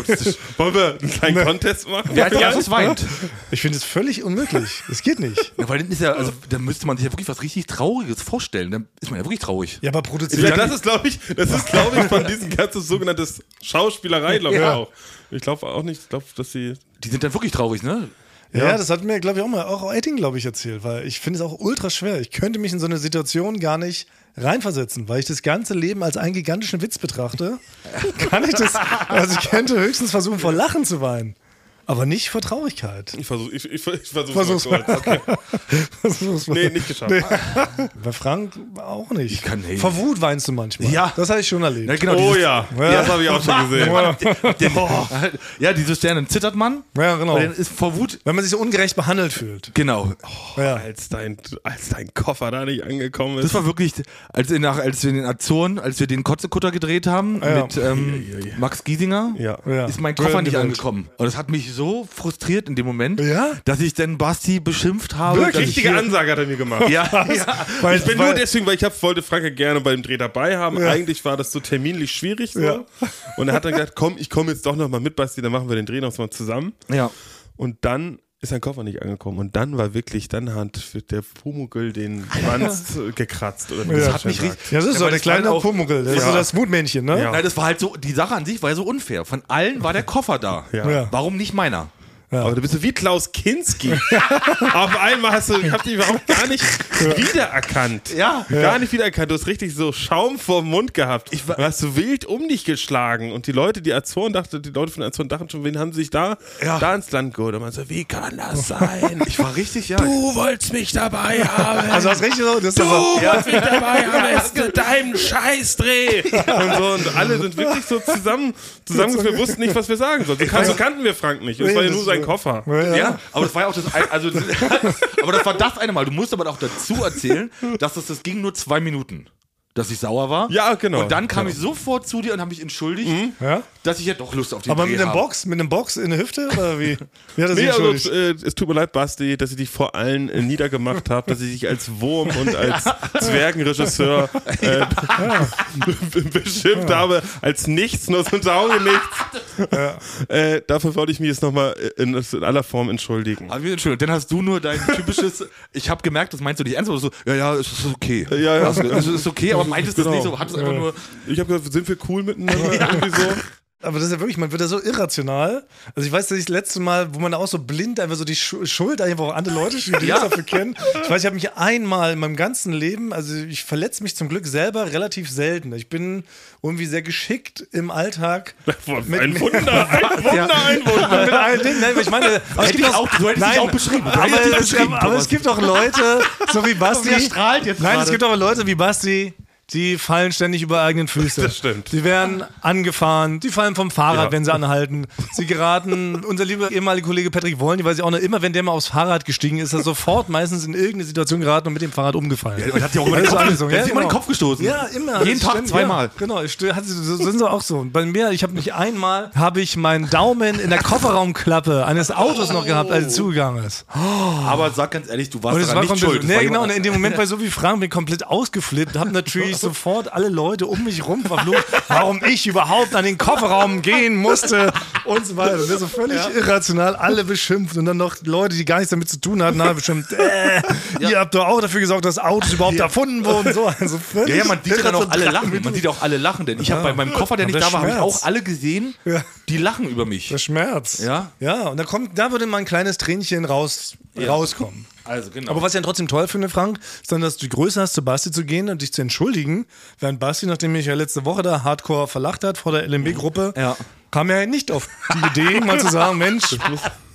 [SPEAKER 3] Wollen wir einen kleinen
[SPEAKER 1] Ne.
[SPEAKER 3] Contest machen?
[SPEAKER 2] Wer als erstes weint.
[SPEAKER 1] Ich finde es völlig unmöglich. Es geht nicht.
[SPEAKER 2] Ja, weil dann ist ja, also da müsste man sich ja wirklich was richtig Trauriges vorstellen. Dann ist man ja wirklich traurig.
[SPEAKER 1] Ja, aber produziert.
[SPEAKER 3] Ja, das ist, glaube ich, das ist, glaube ich, von diesen ganzen sogenannten Schauspielerei, glaube ich
[SPEAKER 1] Ja.
[SPEAKER 3] auch. Ich glaube auch nicht, ich glaube, dass sie.
[SPEAKER 2] Die sind dann wirklich traurig, ne?
[SPEAKER 1] Ja, das hat mir, glaube ich, auch mal auch Eiting, glaube ich, erzählt, weil ich finde es auch ultra schwer. Ich könnte mich in so eine Situation gar nicht reinversetzen, weil ich das ganze Leben als einen gigantischen Witz betrachte. Kann ich das? Also ich könnte höchstens versuchen, vor Lachen zu weinen. Aber nicht vor Traurigkeit.
[SPEAKER 3] Ich versuche ich, ich, ich versuch's
[SPEAKER 1] Versuch's
[SPEAKER 3] mal kurz. Okay.
[SPEAKER 1] Das muss man-
[SPEAKER 3] Nee, nicht geschafft.
[SPEAKER 1] Bei Frank auch nicht. Ich
[SPEAKER 2] kann nicht.
[SPEAKER 1] Vor Wut weinst du manchmal.
[SPEAKER 2] Ja.
[SPEAKER 1] Das habe ich schon erlebt.
[SPEAKER 2] Ja, genau.
[SPEAKER 3] Oh
[SPEAKER 2] dieses-
[SPEAKER 3] ja, das habe ich auch schon gesehen.
[SPEAKER 2] Den, ja, diese Sterne dann zittert man.
[SPEAKER 1] Oh. Ja, genau.
[SPEAKER 2] Und dann ist vor Wut.
[SPEAKER 1] Wenn man sich so ungerecht behandelt fühlt.
[SPEAKER 2] Genau.
[SPEAKER 1] Ja.
[SPEAKER 3] Als dein, als dein Koffer da nicht angekommen
[SPEAKER 2] Das
[SPEAKER 3] ist.
[SPEAKER 2] war wirklich, als wir, nach, als wir in den Azoren, als wir den Kotzekutter gedreht haben
[SPEAKER 1] Ja.
[SPEAKER 2] mit ähm, Max Giesinger,
[SPEAKER 3] Ja.
[SPEAKER 1] Ja.
[SPEAKER 2] ist mein
[SPEAKER 1] Burn
[SPEAKER 2] Koffer nicht
[SPEAKER 1] the Boat.
[SPEAKER 2] angekommen. Und das hat mich so frustriert in dem Moment,
[SPEAKER 1] Ja?
[SPEAKER 2] dass ich dann Basti beschimpft habe.
[SPEAKER 1] Wirklich?
[SPEAKER 2] dass ich-
[SPEAKER 3] Richtige Ansage hat er mir gemacht.
[SPEAKER 2] Ja, ja.
[SPEAKER 1] Weil-
[SPEAKER 3] Ich bin
[SPEAKER 1] weil-
[SPEAKER 3] nur deswegen, weil ich hab, wollte Franke gerne beim Dreh dabei haben.
[SPEAKER 1] Ja.
[SPEAKER 3] Eigentlich war das so terminlich schwierig. So.
[SPEAKER 1] Ja.
[SPEAKER 3] Und er hat dann gesagt, komm, ich komme jetzt doch nochmal mit, Basti, dann machen wir den Dreh nochmal zusammen.
[SPEAKER 2] ja.
[SPEAKER 3] Und dann ist sein Koffer nicht angekommen. Und dann war wirklich, dann hat der Pumuckl den Schwanz äh, gekratzt. Oder wie
[SPEAKER 1] Ja.
[SPEAKER 3] das
[SPEAKER 1] Hat
[SPEAKER 3] schön
[SPEAKER 2] mich
[SPEAKER 3] sagt.
[SPEAKER 2] richtig-
[SPEAKER 1] Ja, das ist
[SPEAKER 2] Ja,
[SPEAKER 1] so
[SPEAKER 2] weil
[SPEAKER 1] der
[SPEAKER 2] ich meine
[SPEAKER 1] kleine
[SPEAKER 2] auch-
[SPEAKER 1] Pumuckel. Das ist so
[SPEAKER 3] Ja.
[SPEAKER 1] das Mutmännchen, ne?
[SPEAKER 3] Ja.
[SPEAKER 2] Nein, das war halt so, die Sache an sich war ja so unfair. Von allen war der Koffer da.
[SPEAKER 3] Ja.
[SPEAKER 1] Ja.
[SPEAKER 2] Warum nicht meiner?
[SPEAKER 3] Aber du bist so wie Klaus Kinski. Auf einmal hast du, ich hab dich überhaupt gar nicht wiedererkannt.
[SPEAKER 2] Ja.
[SPEAKER 3] Gar nicht wiedererkannt. Du hast richtig so Schaum vorm Mund gehabt. Ich war, hast du wild um dich geschlagen. Und die Leute, die Azoren dachten, die Leute von den Azoren dachten schon, wen haben sie sich da,
[SPEAKER 2] Ja.
[SPEAKER 3] da ins Land geholt? Und man so, wie kann das sein?
[SPEAKER 2] Ich war richtig, ja.
[SPEAKER 3] Du wolltest mich dabei haben.
[SPEAKER 1] Also das ist richtig so, das ist aber,
[SPEAKER 3] Du ja. mich dabei haben, es ist deinem Scheißdreh. Und, so, und alle sind wirklich so zusammen, zusammen wir wussten nicht, was wir sagen sollten. So, kan- so kannten wir Frank nicht. Es
[SPEAKER 1] Nee,
[SPEAKER 3] war ja
[SPEAKER 1] das
[SPEAKER 3] nur sein
[SPEAKER 1] ist-
[SPEAKER 3] Koffer.
[SPEAKER 1] Ja.
[SPEAKER 2] Ja. aber das war ja auch das, ein- also, das- aber das war das eine Mal. Du musst aber auch dazu erzählen, dass das, das ging nur zwei Minuten, dass ich sauer war.
[SPEAKER 3] Ja, genau.
[SPEAKER 2] Und dann kam ich sofort zu dir und habe mich entschuldigt,
[SPEAKER 1] Mhm. Ja?
[SPEAKER 2] dass ich ja doch Lust auf die
[SPEAKER 1] Aber mit
[SPEAKER 2] dem
[SPEAKER 1] einem Box, mit einem Box in der Hüfte oder wie? Wie hat er sich
[SPEAKER 3] Nee, also,
[SPEAKER 1] entschuldigt?
[SPEAKER 3] äh, es tut mir leid, Basti, dass ich dich vor allen äh, niedergemacht habe, dass ich dich als Wurm und als Zwergenregisseur äh, beschimpft habe, als nichts, nur so ein Daumen nichts. Äh, dafür wollte ich mich jetzt nochmal in, in aller Form entschuldigen.
[SPEAKER 2] Aber wir entschuldigen. Dann hast du nur dein typisches, ich habe gemerkt, das meinst du nicht ernst, aber so, ja, ja, es ist okay.
[SPEAKER 3] Ja, ja.
[SPEAKER 2] Das, es ist okay, aber meintest
[SPEAKER 3] Genau.
[SPEAKER 2] es nicht so, hattest einfach nur,
[SPEAKER 3] Ich habe gesagt, sind wir cool miteinander? Irgendwie so.
[SPEAKER 1] Aber das ist ja wirklich, man wird ja so irrational. Also ich weiß, dass ich das letzte Mal, wo man auch so blind einfach so die Schu- Schuld einfach auch andere Leute schiebt, die das dafür kennen. Ich weiß, ich habe mich einmal in meinem ganzen Leben, also ich verletze mich zum Glück selber relativ selten. Ich bin irgendwie sehr geschickt im Alltag.
[SPEAKER 3] Ein Wunder, ein Wunder, ein Wunder.
[SPEAKER 1] mit allen Dingen. Nein, aber ich meine, aber es
[SPEAKER 2] Hätte
[SPEAKER 1] gibt
[SPEAKER 2] ich auch- du hättest dich auch beschrieben. Du
[SPEAKER 1] Aber,
[SPEAKER 2] hättest dich
[SPEAKER 1] es,
[SPEAKER 2] beschrieben,
[SPEAKER 1] aber es
[SPEAKER 2] Thomas.
[SPEAKER 1] gibt auch Leute, so wie Basti.
[SPEAKER 2] Wer strahlt jetzt
[SPEAKER 1] Nein, es
[SPEAKER 2] gerade?
[SPEAKER 1] gibt aber Leute wie Basti, die fallen ständig über eigenen Füße.
[SPEAKER 3] Das stimmt.
[SPEAKER 1] Die werden angefahren, die fallen vom Fahrrad,
[SPEAKER 3] Ja.
[SPEAKER 1] wenn sie anhalten. Sie geraten, unser lieber ehemaliger Kollege Patrick Wollen, die weiß ich auch noch, immer wenn der mal aufs Fahrrad gestiegen ist, ist er sofort meistens in irgendeine Situation geraten und mit dem Fahrrad umgefallen.
[SPEAKER 2] Man hat ja auch immer den
[SPEAKER 1] Das ist
[SPEAKER 2] Kopf,
[SPEAKER 1] alles so,
[SPEAKER 2] der hat sich
[SPEAKER 1] ja,
[SPEAKER 2] immer den
[SPEAKER 1] genau.
[SPEAKER 2] Kopf gestoßen.
[SPEAKER 1] Ja, immer.
[SPEAKER 2] Jeden
[SPEAKER 1] Das
[SPEAKER 2] Tag
[SPEAKER 1] stimmt,
[SPEAKER 2] zweimal.
[SPEAKER 1] Ja, genau, ich still- hat sie- so sind sie auch so. Und bei mir, ich habe mich einmal, habe ich meinen Daumen in der Kofferraumklappe eines Autos noch gehabt, als es zugegangen ist.
[SPEAKER 2] Aber sag ganz ehrlich, du warst
[SPEAKER 1] Und es war
[SPEAKER 2] daran nicht
[SPEAKER 1] komplett,
[SPEAKER 2] schuld. Es war
[SPEAKER 1] Nee, genau,
[SPEAKER 2] jemand
[SPEAKER 1] und in dem Moment bei so wie Fragen bin ich komplett ausgeflippt, habe natürlich sofort alle Leute um mich rum verflucht, warum ich überhaupt an den Kofferraum gehen musste und so weiter. Das ist so völlig irrational, alle beschimpft und dann noch Leute, die gar nichts damit zu tun hatten, haben bestimmt, äh, ihr habt doch auch dafür gesorgt, dass Autos überhaupt erfunden wurden. So, also völlig
[SPEAKER 2] Ja, ja, man sieht dann auch alle
[SPEAKER 1] irrational.
[SPEAKER 2] lachen. Man sieht auch alle lachen, denn ich habe bei meinem Koffer, der
[SPEAKER 1] Aber
[SPEAKER 2] nicht da war, habe ich
[SPEAKER 1] Schmerz.
[SPEAKER 2] auch alle gesehen, die lachen über mich.
[SPEAKER 1] Der Schmerz.
[SPEAKER 2] Ja.
[SPEAKER 1] Ja, und da kommt, da würde mal ein kleines Tränchen raus, rauskommen.
[SPEAKER 2] Also genau.
[SPEAKER 1] Aber was ich dann trotzdem toll finde, Frank, ist dann, dass du die Größe hast, zu Basti zu gehen und dich zu entschuldigen, während Basti, nachdem mich ja letzte Woche da hardcore verlacht hat vor der LMB-Gruppe,
[SPEAKER 2] Ja.
[SPEAKER 1] kam er ja nicht auf die Idee, mal zu sagen, Mensch,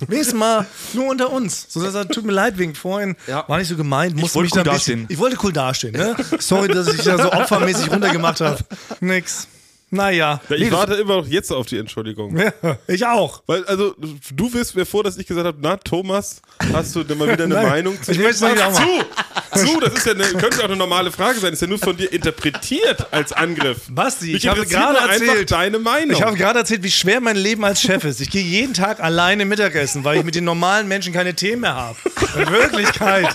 [SPEAKER 1] nächstes Mal nur unter uns. So dass er, tut mir leid wegen vorhin,
[SPEAKER 2] Ja.
[SPEAKER 1] war nicht so gemeint, musste
[SPEAKER 2] wollte
[SPEAKER 1] mich da
[SPEAKER 2] cool
[SPEAKER 1] ein bisschen,
[SPEAKER 2] dastehen.
[SPEAKER 1] Ich wollte cool dastehen, ne? Sorry, dass ich da so opfermäßig runtergemacht habe. Nix. Naja.
[SPEAKER 3] Ich warte immer noch jetzt auf die Entschuldigung.
[SPEAKER 1] Ich auch.
[SPEAKER 3] Weil, also, du wirst mir vor, dass ich gesagt habe, na, Thomas, hast du denn mal wieder eine
[SPEAKER 1] Nein.
[SPEAKER 3] Meinung zu
[SPEAKER 1] Ich möchte es
[SPEAKER 3] Ach,
[SPEAKER 1] nicht
[SPEAKER 3] zu! Zu, das ist ja eine, könnte ja auch eine normale Frage sein. Ist ja nur von dir interpretiert als Angriff.
[SPEAKER 1] Basti,
[SPEAKER 3] Mich
[SPEAKER 1] ich habe
[SPEAKER 3] interessiert
[SPEAKER 1] gerade
[SPEAKER 3] nur einfach
[SPEAKER 1] erzählt.
[SPEAKER 3] deine Meinung.
[SPEAKER 1] Ich habe gerade erzählt, wie schwer mein Leben als Chef ist. Ich gehe jeden Tag alleine Mittagessen, weil ich mit den normalen Menschen keine Themen mehr habe. In Wirklichkeit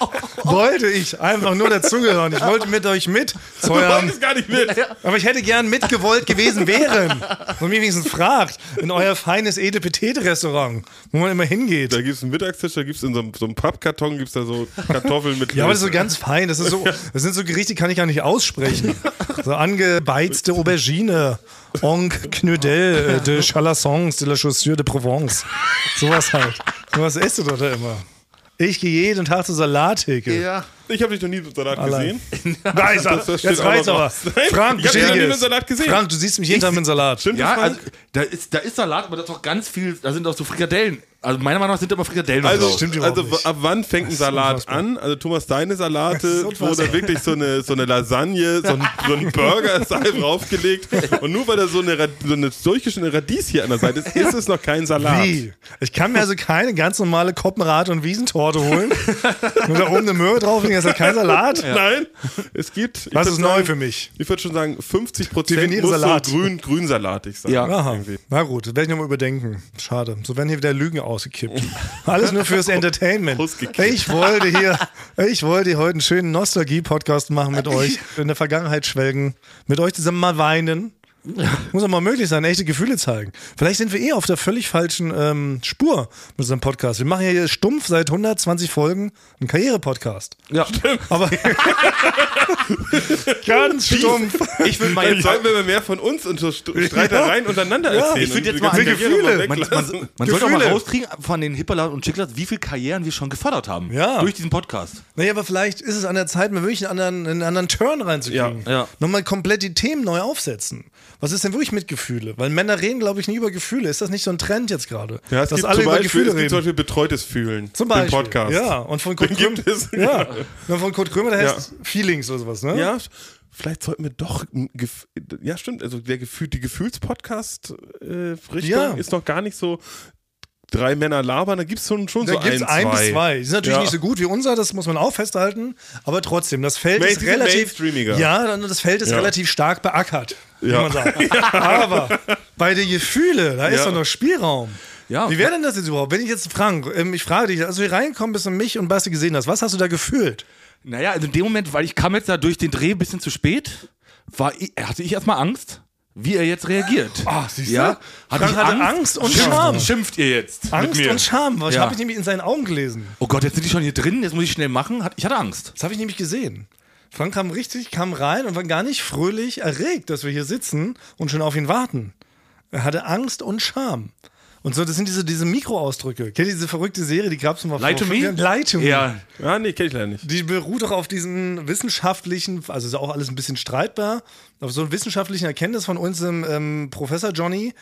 [SPEAKER 1] wollte ich einfach nur dazugehören. Ich wollte mit euch
[SPEAKER 3] du
[SPEAKER 1] mitzeuern.
[SPEAKER 3] wolltest gar nicht mit.
[SPEAKER 1] Aber ich hätte gern mitgewollt gewesen wären. Und mich wenigstens fragt, in euer feines Edepetete-Restaurant, wo man immer hingeht.
[SPEAKER 3] Da gibt es einen Mittagstisch, da gibt es in so einem, so einem Pappkarton gibt's da so Kartoffeln mit
[SPEAKER 1] Ja, aber das ist so
[SPEAKER 3] Klößen.
[SPEAKER 1] ganz fein. Das, ist so, das sind so Gerichte, die kann ich gar nicht aussprechen. So angebeizte Aubergine, Onk Knödel, äh, de Chalassons, de la Chaussure de Provence. Sowas halt. Sowas esst du doch da immer. Ich gehe jeden Tag zur Salattheke.
[SPEAKER 2] ja.
[SPEAKER 3] Ich habe dich noch nie mit Salat
[SPEAKER 1] Allein.
[SPEAKER 3] gesehen.
[SPEAKER 1] Da ist er.
[SPEAKER 3] Das- das steht
[SPEAKER 1] Jetzt
[SPEAKER 3] auch
[SPEAKER 1] reicht's
[SPEAKER 3] noch
[SPEAKER 1] aber.
[SPEAKER 3] drauf. Nein,
[SPEAKER 1] Frank,
[SPEAKER 3] ich hab dich noch nie
[SPEAKER 1] Schäges.
[SPEAKER 3] mit Salat gesehen.
[SPEAKER 1] Frank, du siehst mich jeden Tag mit Salat.
[SPEAKER 3] Stimmt
[SPEAKER 2] Ja,
[SPEAKER 3] das, Frank?
[SPEAKER 2] also, da, ist, da ist Salat, aber da ist auch ganz viel, da sind auch so Frikadellen. Also meiner Meinung nach sind da immer Frikadellen und
[SPEAKER 3] Also,
[SPEAKER 2] so.
[SPEAKER 1] stimmt überhaupt
[SPEAKER 3] also
[SPEAKER 1] nicht.
[SPEAKER 3] ab wann fängt ein Salat
[SPEAKER 1] unfassbar.
[SPEAKER 3] an? Also Thomas, deine
[SPEAKER 1] ist
[SPEAKER 3] Salate, wo
[SPEAKER 1] unfassbar.
[SPEAKER 3] da wirklich so eine, so eine Lasagne, so ein, so ein Burger ist da draufgelegt. Und nur weil da so eine, Rad- so eine durchgeschnittene Radies hier an der Seite ist, ist es noch kein Salat.
[SPEAKER 1] Wie? Ich kann mir also keine ganz normale Koppenrad- und Wiesentorte holen. Nur da oben eine Möhre drauflegen, ist das kein Salat.
[SPEAKER 3] Nein, es gibt. ich
[SPEAKER 1] Was
[SPEAKER 3] würd
[SPEAKER 1] ist neu
[SPEAKER 3] sagen-
[SPEAKER 1] für mich?
[SPEAKER 3] Ich würde schon sagen, 50 Prozent
[SPEAKER 1] Definiere
[SPEAKER 3] muss
[SPEAKER 1] Salat.
[SPEAKER 3] so grün, grünsalatig sein.
[SPEAKER 2] Ja.
[SPEAKER 1] Aha.
[SPEAKER 3] Irgendwie.
[SPEAKER 1] Na gut, das werde ich nochmal überdenken. Schade. So werden hier wieder Lügen ausgekippt. Alles nur fürs Entertainment.
[SPEAKER 3] Ausgekippt.
[SPEAKER 1] Ich wollte hier, ich wollte hier heute einen schönen Nostalgie-Podcast machen
[SPEAKER 3] Äh,
[SPEAKER 1] mit euch. In der Vergangenheit schwelgen. Mit euch zusammen mal weinen. Muss auch mal möglich sein, echte Gefühle zeigen. Vielleicht sind wir eh auf der völlig falschen ähm, Spur mit unserem Podcast. Wir machen ja hier stumpf seit 120 Folgen einen Karriere-Podcast.
[SPEAKER 2] Ja.
[SPEAKER 1] Aber ganz stumpf.
[SPEAKER 2] Ich will mal
[SPEAKER 3] Dann
[SPEAKER 2] jetzt
[SPEAKER 3] sollten wir mehr von uns und so St- Streitereien untereinander
[SPEAKER 1] Ja,
[SPEAKER 3] erzählen.
[SPEAKER 1] ich
[SPEAKER 2] find
[SPEAKER 3] und
[SPEAKER 2] jetzt
[SPEAKER 3] die
[SPEAKER 2] mal an
[SPEAKER 3] ganzen
[SPEAKER 1] die
[SPEAKER 3] Karriere
[SPEAKER 1] Gefühle.
[SPEAKER 3] mal
[SPEAKER 2] Man,
[SPEAKER 3] weglassen.
[SPEAKER 2] man, man sollte auch mal
[SPEAKER 1] Gefühle.
[SPEAKER 2] rauskriegen von den Hipperlad und Chicklers, wie viele Karrieren wir schon gefördert haben.
[SPEAKER 1] Ja.
[SPEAKER 2] Durch diesen Podcast.
[SPEAKER 1] Naja, aber vielleicht ist es an der Zeit, mal wirklich einen anderen, einen anderen Turn reinzukriegen.
[SPEAKER 2] Ja, ja.
[SPEAKER 1] Nochmal komplett die Themen neu aufsetzen. Was ist denn wirklich mit Gefühle? Weil Männer reden, glaube ich, nie über Gefühle. Ist das nicht so ein Trend jetzt gerade?
[SPEAKER 3] Ja, es
[SPEAKER 1] dass
[SPEAKER 3] gibt
[SPEAKER 1] alle
[SPEAKER 3] zum
[SPEAKER 1] über
[SPEAKER 3] Beispiel,
[SPEAKER 1] Gefühle
[SPEAKER 3] es gibt zum
[SPEAKER 1] reden.
[SPEAKER 3] Beispiel betreutes Fühlen.
[SPEAKER 1] Zum Beispiel.
[SPEAKER 3] Den Podcast.
[SPEAKER 1] Ja, und von Kurt
[SPEAKER 3] Den
[SPEAKER 1] Krömer.
[SPEAKER 3] gibt es.
[SPEAKER 1] Ja. Und von Kurt Krömer, der
[SPEAKER 3] Ja.
[SPEAKER 1] heißt Feelings oder sowas, ne?
[SPEAKER 3] Ja, vielleicht sollten wir doch. ein Gef- Ja, stimmt. Also der Gefühl, die Gefühlspodcast-Richtung
[SPEAKER 1] Ja.
[SPEAKER 3] ist noch gar nicht so. Drei Männer labern, da gibt es schon, schon
[SPEAKER 1] Da
[SPEAKER 3] so
[SPEAKER 1] gibt es ein, bis zwei. Die sind natürlich
[SPEAKER 3] Ja.
[SPEAKER 1] nicht so gut wie unser, das muss man auch festhalten. Aber trotzdem, das Feld
[SPEAKER 3] Main-
[SPEAKER 1] ist
[SPEAKER 3] die sind
[SPEAKER 1] relativ.
[SPEAKER 3] mainstreamiger.
[SPEAKER 1] Ja, dann- das Feld ist
[SPEAKER 3] Ja.
[SPEAKER 1] relativ stark beackert, wie
[SPEAKER 3] Ja.
[SPEAKER 1] man sagt. Aber bei den Gefühle, da ist
[SPEAKER 3] Ja.
[SPEAKER 1] doch noch Spielraum.
[SPEAKER 2] Ja.
[SPEAKER 1] Wie wäre denn das jetzt überhaupt? Wenn ich jetzt, Frank, ähm, ich frage dich, als du hier reingekommen bist und mich und Basti gesehen hast, was hast du da gefühlt?
[SPEAKER 2] Naja, also in dem Moment, weil ich kam jetzt da durch den Dreh ein bisschen zu spät, war ich, hatte ich erstmal Angst, wie er jetzt reagiert. Ah,
[SPEAKER 1] siehst
[SPEAKER 2] Ja?
[SPEAKER 1] du? Frank hatte Angst und Scham.
[SPEAKER 2] Schimpft, schimpft ihr jetzt
[SPEAKER 1] Angst
[SPEAKER 2] mit mir.
[SPEAKER 1] und Scham, was
[SPEAKER 2] Ja.
[SPEAKER 1] habe ich nämlich in seinen Augen gelesen.
[SPEAKER 2] Oh Gott, jetzt sind die schon hier drin, jetzt muss ich schnell machen. Hat- Ich hatte Angst.
[SPEAKER 1] Das habe ich nämlich gesehen. Frank kam richtig, kam rein und war gar nicht fröhlich erregt, dass wir hier sitzen und schon auf ihn warten. Er hatte Angst und Scham. Und so, das sind diese, diese Mikroausdrücke. Kennt ihr diese verrückte Serie, die gab es mal
[SPEAKER 2] Lie to me?
[SPEAKER 1] Lie to Oh, me.
[SPEAKER 2] Ja.
[SPEAKER 3] Ah, nee, kenn ich leider nicht.
[SPEAKER 1] Die beruht doch auf diesen wissenschaftlichen, also ist auch alles ein bisschen streitbar, auf so einer wissenschaftlichen Erkenntnis von unserem ähm, Professor Johnny,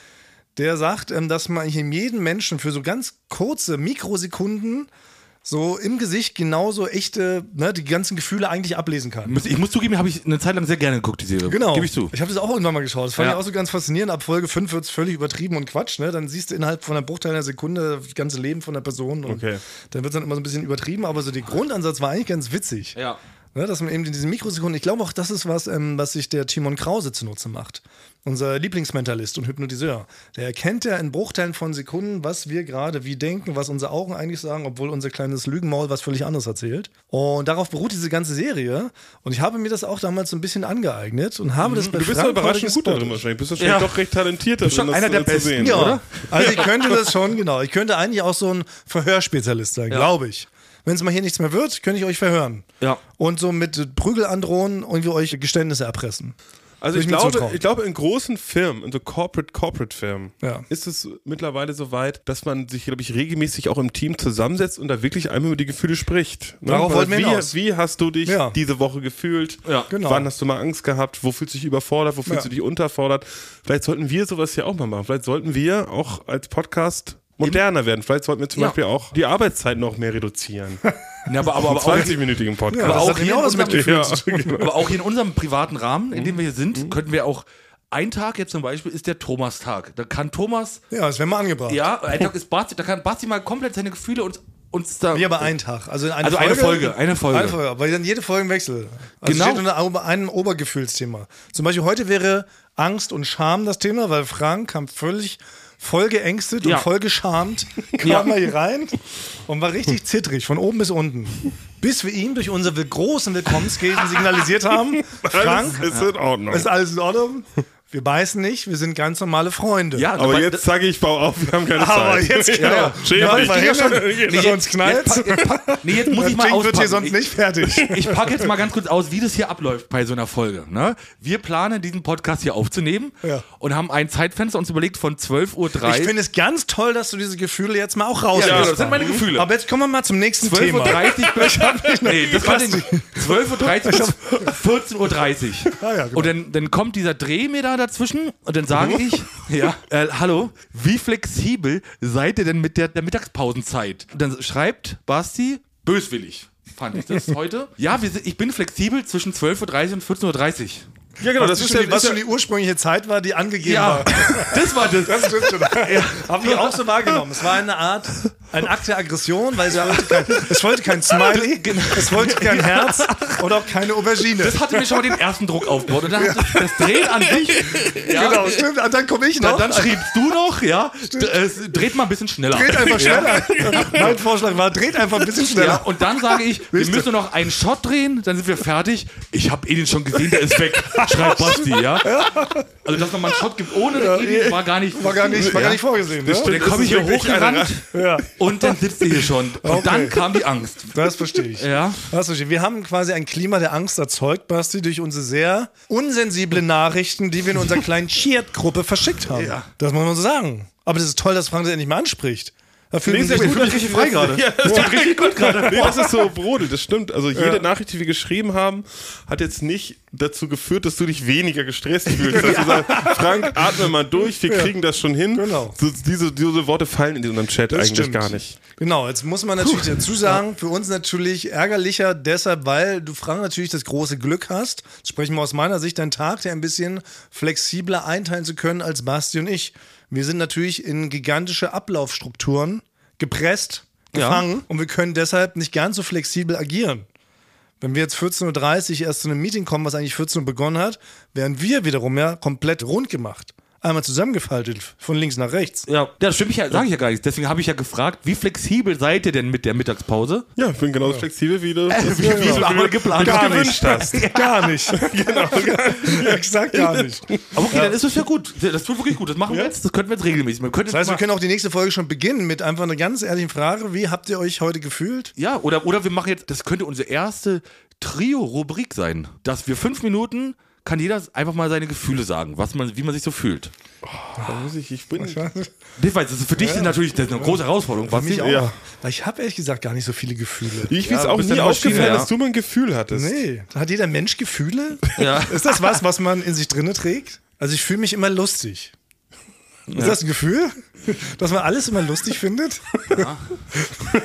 [SPEAKER 1] der sagt, ähm, dass man in jedem Menschen für so ganz kurze Mikrosekunden so im Gesicht genauso echte, ne, die ganzen Gefühle eigentlich ablesen kann.
[SPEAKER 2] Muss- Ich muss zugeben, habe ich eine Zeit lang sehr gerne geguckt, die Serie.
[SPEAKER 1] Genau.
[SPEAKER 2] Gebe ich zu.
[SPEAKER 1] Ich habe das auch irgendwann mal geschaut. Das fand
[SPEAKER 2] Ja.
[SPEAKER 1] ich auch so ganz faszinierend. Ab Folge 5 wird es völlig übertrieben und Quatsch. Ne? Dann siehst du innerhalb von einer Bruchteil einer Sekunde das ganze Leben von der Person. Und
[SPEAKER 3] Okay.
[SPEAKER 1] Dann wird es dann immer so ein bisschen übertrieben. Aber so der Grundansatz war eigentlich ganz witzig.
[SPEAKER 2] Ja.
[SPEAKER 1] Ne? Dass man eben in diesen Mikrosekunden, ich glaube auch, das ist was, ähm, was sich der Timon Krause zunutze macht. Unser Lieblingsmentalist und Hypnotiseur. Der erkennt ja in Bruchteilen von Sekunden, was wir gerade wie denken, was unsere Augen eigentlich sagen, obwohl unser kleines Lügenmaul was völlig anderes erzählt. Und darauf beruht diese ganze Serie. Und ich habe mir das auch damals so ein bisschen angeeignet und habe das bei
[SPEAKER 3] Mhm. Du bist ja
[SPEAKER 1] Frank
[SPEAKER 3] überraschend gut
[SPEAKER 1] Marschall
[SPEAKER 3] darin wahrscheinlich. Bist
[SPEAKER 2] Ja.
[SPEAKER 3] wahrscheinlich doch recht talentiert darin,
[SPEAKER 2] schon einer der
[SPEAKER 3] äh,
[SPEAKER 2] Besten,
[SPEAKER 1] Ja,
[SPEAKER 3] oder?
[SPEAKER 1] also ich könnte das schon, genau. Ich könnte eigentlich auch so ein Verhörspezialist sein, glaube ich. Wenn es mal hier nichts mehr wird, könnte ich euch verhören.
[SPEAKER 2] Ja.
[SPEAKER 1] Und so mit Prügel androhen und wir euch Geständnisse erpressen.
[SPEAKER 3] Also
[SPEAKER 1] Würde
[SPEAKER 3] ich
[SPEAKER 1] ich mir
[SPEAKER 3] glaube,
[SPEAKER 1] zutrauen.
[SPEAKER 3] ich glaube, in großen Firmen, in so Corporate Corporate Firmen,
[SPEAKER 1] Ja.
[SPEAKER 3] ist es mittlerweile so weit, dass man sich, glaube ich, regelmäßig auch im Team zusammensetzt und da wirklich einmal über die Gefühle spricht. Ne?
[SPEAKER 1] Darauf
[SPEAKER 3] Weil
[SPEAKER 1] wollten wir
[SPEAKER 3] wie,
[SPEAKER 1] hinaus.
[SPEAKER 3] wie hast du dich
[SPEAKER 1] Ja.
[SPEAKER 3] diese Woche gefühlt?
[SPEAKER 2] Ja.
[SPEAKER 1] Genau.
[SPEAKER 3] Wann hast du mal Angst gehabt? Wo fühlst du dich überfordert? Wo
[SPEAKER 1] Ja.
[SPEAKER 3] fühlst du dich unterfordert? Vielleicht sollten wir sowas hier auch mal machen. Vielleicht sollten wir auch als Podcast moderner werden. Vielleicht sollten wir zum
[SPEAKER 2] Ja.
[SPEAKER 3] Beispiel auch die Arbeitszeit noch mehr reduzieren.
[SPEAKER 2] Ja, aber, aber, aber, auch,
[SPEAKER 3] 20-minütigen Podcast.
[SPEAKER 1] Aber
[SPEAKER 2] Aber
[SPEAKER 1] das
[SPEAKER 2] auch
[SPEAKER 1] hat mich
[SPEAKER 2] in
[SPEAKER 1] auch was
[SPEAKER 2] unserem-
[SPEAKER 1] mitgeführt.
[SPEAKER 2] aber auch hier in unserem privaten Rahmen,
[SPEAKER 1] Mhm.
[SPEAKER 2] in dem wir hier sind, könnten wir auch. Ein Tag jetzt zum Beispiel ist der Thomas-Tag. Da kann Thomas,
[SPEAKER 1] Ja, das wäre mal angebracht.
[SPEAKER 2] ja, ein Tag ist Basti, da kann Basti mal komplett seine Gefühle uns, uns da.
[SPEAKER 1] Nee, aber einen Tag. Also, in eine,
[SPEAKER 2] Also eine Folge, eine Folge.
[SPEAKER 1] Eine Folge, weil dann jede Folge ein Wechsel. Also
[SPEAKER 2] Genau.
[SPEAKER 1] genau. steht unter Ober- einem Obergefühlsthema. Zum Beispiel heute wäre Angst und Scham das Thema, weil Frank kam völlig vollgeängstet
[SPEAKER 2] Ja.
[SPEAKER 1] und vollgeschamt, kam
[SPEAKER 2] Ja.
[SPEAKER 1] mal hier rein und war richtig zittrig, von oben bis unten. Bis wir ihm durch unsere großen Willkommensgesten signalisiert haben,
[SPEAKER 3] Frank
[SPEAKER 1] Frank,
[SPEAKER 3] ist in Ordnung.
[SPEAKER 1] ist alles in Ordnung, wir beißen nicht, wir sind ganz normale Freunde.
[SPEAKER 2] ja, halt.
[SPEAKER 3] Aber jetzt sage ich, ich baue auf, wir haben keine Zeit.
[SPEAKER 1] Also Aber jetzt, genau.
[SPEAKER 2] ja.
[SPEAKER 3] Schäm
[SPEAKER 1] Ja,
[SPEAKER 3] dich.
[SPEAKER 1] weil hier schon, sonst knallt.
[SPEAKER 2] Jetzt, pack- jetzt, pack- nee, jetzt muss
[SPEAKER 1] Das
[SPEAKER 2] ich mal
[SPEAKER 1] Ding
[SPEAKER 2] auspacken.
[SPEAKER 1] wird hier sonst nicht fertig.
[SPEAKER 2] Ich packe jetzt mal ganz kurz aus, wie das hier abläuft bei so einer Folge. Ne? Wir planen, diesen Podcast hier aufzunehmen
[SPEAKER 1] Ja.
[SPEAKER 2] und haben ein Zeitfenster uns überlegt von 12.03 Uhr.
[SPEAKER 1] Ich finde es ganz toll, dass du diese Gefühle jetzt mal auch rauslässt.
[SPEAKER 2] Ja, das sind meine Gefühle.
[SPEAKER 1] Aber jetzt kommen wir mal zum nächsten Thema.
[SPEAKER 2] 12.30 Uhr. Ich hab nicht nee, das war den 12.30 Uhr bis 14.30 Uhr.
[SPEAKER 1] Ah ja, genau.
[SPEAKER 2] Und dann, dann kommt dieser Dreh mir da dazwischen und dann sage ich, ja, äh, hallo, wie flexibel seid ihr denn mit der, der Mittagspausenzeit? Und dann schreibt Basti, böswillig. Fand ich das heute? Ja, wir sind, ich bin flexibel zwischen 12.30 Uhr und 14.30 Uhr.
[SPEAKER 3] Ja, genau, das
[SPEAKER 1] was
[SPEAKER 3] ist
[SPEAKER 1] schon,
[SPEAKER 3] ja,
[SPEAKER 1] die, was
[SPEAKER 3] ist ja
[SPEAKER 1] schon die ursprüngliche Zeit war, die angegeben
[SPEAKER 2] Ja,
[SPEAKER 1] war.
[SPEAKER 2] das war das.
[SPEAKER 1] Das stimmt schon. Habe ich auch so wahrgenommen. Es war eine Art, ein Akt der Aggression, weil es wollte kein, es wollte kein Smiley, es wollte kein Herz und auch keine Aubergine.
[SPEAKER 2] Das hatte mir schon mal den ersten Druck aufgebaut. Und dann hat das, das Drehen an sich. Ja,
[SPEAKER 1] genau, stimmt. Und dann komme ich noch.
[SPEAKER 2] Dann, dann schriebst du noch, ja, d- äh, dreht mal ein bisschen schneller.
[SPEAKER 1] dreht einfach schneller. Mein Vorschlag war, dreht einfach ein bisschen schneller.
[SPEAKER 2] Ja, und dann sage ich, wir
[SPEAKER 1] Genau. Wisst ihr?
[SPEAKER 2] müssen nur noch einen Shot drehen, dann sind wir fertig. Ich habe ihn schon gesehen, der ist weg. Schreibt Basti, ja? Also, dass nochmal einen Shot gibt ohne, Edin war gar nicht.
[SPEAKER 1] War gar nicht, war gar
[SPEAKER 2] Ja.
[SPEAKER 1] nicht vorgesehen. Ne?
[SPEAKER 2] Und dann komme ich hier
[SPEAKER 3] wirklich
[SPEAKER 2] hochgerannt
[SPEAKER 1] Ja.
[SPEAKER 2] und dann sitzt ihr hier schon. Und dann kam die Angst.
[SPEAKER 1] Das verstehe ich.
[SPEAKER 2] Ja.
[SPEAKER 1] Das verstehe ich. Also, Wir haben quasi ein Klima der Angst erzeugt, Basti, durch unsere sehr unsensible Nachrichten, die wir in unserer kleinen Cheat-Gruppe verschickt haben.
[SPEAKER 2] Ja.
[SPEAKER 1] Das muss man so sagen. Aber das ist toll, dass Frank das endlich mal anspricht. Da fühlt
[SPEAKER 3] sehr gut, dass ich das- Ja, das
[SPEAKER 2] Das richtig gut gerade.
[SPEAKER 3] Nee, das ist so brodelt, das stimmt. Also jede Nachricht, die wir geschrieben haben, hat jetzt nicht dazu geführt, dass du dich weniger gestresst fühlst. Dass du sagst, Frank, atme mal durch, wir kriegen das schon hin.
[SPEAKER 1] Genau.
[SPEAKER 3] So, diese, diese Worte fallen in unserem Chat
[SPEAKER 1] Das
[SPEAKER 3] eigentlich gar nicht.
[SPEAKER 1] Genau, jetzt muss man natürlich dazu sagen, für uns natürlich ärgerlicher deshalb, weil du, Frank, natürlich das große Glück hast, jetzt sprechen wir aus meiner Sicht, deinen Tag dir ein bisschen flexibler einteilen zu können als Basti und ich. Wir sind natürlich in gigantische Ablaufstrukturen gepresst, gefangen und wir können deshalb nicht ganz so flexibel agieren. Wenn wir jetzt 14.30 Uhr erst zu einem Meeting kommen, was eigentlich 14 Uhr begonnen hat, wären wir wiederum ja komplett rund gemacht. Einmal zusammengefaltet, von links nach rechts.
[SPEAKER 2] Ja, das stimmt, ich ja, sage ich ja gar nicht. Deswegen habe ich ja gefragt, wie flexibel seid ihr denn mit der Mittagspause?
[SPEAKER 3] Ja, ich bin genauso flexibel wie du.
[SPEAKER 2] Wie, wie,
[SPEAKER 3] du-
[SPEAKER 2] war mal
[SPEAKER 3] wie
[SPEAKER 2] geplant?
[SPEAKER 3] du
[SPEAKER 2] Gar
[SPEAKER 3] gewünscht hast.
[SPEAKER 1] Gar nicht. genau. Exakt gar nicht.
[SPEAKER 2] Aber okay, dann ist es ja gut. Das tut wirklich gut. Das machen wir jetzt. Das könnten wir jetzt regelmäßig. Man könnte
[SPEAKER 1] Das heißt, wir
[SPEAKER 2] jetzt mal-
[SPEAKER 1] können auch die nächste Folge schon beginnen mit einfach einer ganz ehrlichen Frage. Wie habt ihr euch heute gefühlt?
[SPEAKER 2] Ja, oder, oder wir machen jetzt, das könnte unsere erste Trio-Rubrik sein, dass wir fünf Minuten kann jeder einfach mal seine Gefühle sagen, was man, wie man sich so fühlt.
[SPEAKER 3] Da muss ich, ich bin.
[SPEAKER 2] Ich weiß, das ist für dich ist natürlich das ist eine große Herausforderung. Was ich
[SPEAKER 3] Ja.
[SPEAKER 1] Weil ich habe ehrlich gesagt gar nicht so viele Gefühle.
[SPEAKER 3] Ich bin es
[SPEAKER 2] Ja,
[SPEAKER 3] auch
[SPEAKER 2] bist
[SPEAKER 3] nie
[SPEAKER 2] eine Maschine,
[SPEAKER 3] aufgefallen,
[SPEAKER 2] ja.
[SPEAKER 3] dass du mal ein Gefühl hattest.
[SPEAKER 1] Nee. Hat jeder Mensch Gefühle?
[SPEAKER 2] Ja.
[SPEAKER 1] Ist das was, was man in sich drinne trägt? Also ich fühle mich immer lustig. Ist das ein Gefühl, dass man alles immer lustig findet?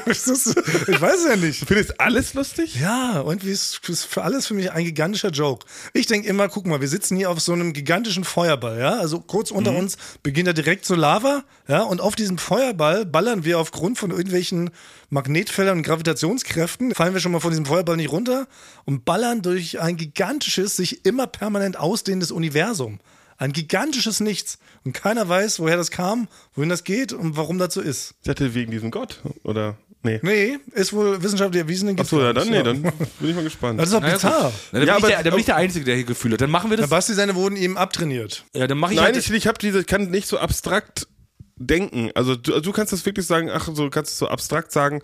[SPEAKER 1] Ist das, ich weiß es ja nicht.
[SPEAKER 3] Findest alles lustig?
[SPEAKER 1] Ja, und wie ist, ist für alles für mich ein gigantischer Joke. Ich denke immer, guck mal, wir sitzen hier auf so einem gigantischen Feuerball, ja? Also kurz
[SPEAKER 3] Mhm.
[SPEAKER 1] unter uns beginnt da direkt so Lava, ja? Und auf diesem Feuerball ballern wir aufgrund von irgendwelchen Magnetfeldern und Gravitationskräften, fallen wir schon mal von diesem Feuerball nicht runter und ballern durch ein gigantisches, sich immer permanent ausdehnendes Universum. Ein gigantisches Nichts. Und keiner weiß, woher das kam, wohin das geht und warum das so ist.
[SPEAKER 3] Ich dachte, wegen diesem Gott. Oder? Nee.
[SPEAKER 1] Nee, ist wohl wissenschaftlich erwiesen. den gibt's
[SPEAKER 3] Achso, ja,
[SPEAKER 1] gar
[SPEAKER 3] dann,
[SPEAKER 1] nicht.
[SPEAKER 3] nee, dann bin ich mal gespannt.
[SPEAKER 1] Das ist doch
[SPEAKER 2] Na ja, gut.
[SPEAKER 1] bizarr.
[SPEAKER 2] Na, dann,
[SPEAKER 3] Ja,
[SPEAKER 2] bin ich
[SPEAKER 3] aber-
[SPEAKER 2] der, dann bin ich der Einzige, der hier Gefühle hat. Dann machen wir
[SPEAKER 1] Na,
[SPEAKER 2] das.
[SPEAKER 1] Basti, seine wurden ihm abtrainiert.
[SPEAKER 2] Ja, dann mache ich
[SPEAKER 3] Nein,
[SPEAKER 2] halt
[SPEAKER 3] ich, ich hab diese, ich kann nicht so abstrakt denken. Also du, du kannst das wirklich sagen, ach, so kannst du so abstrakt sagen,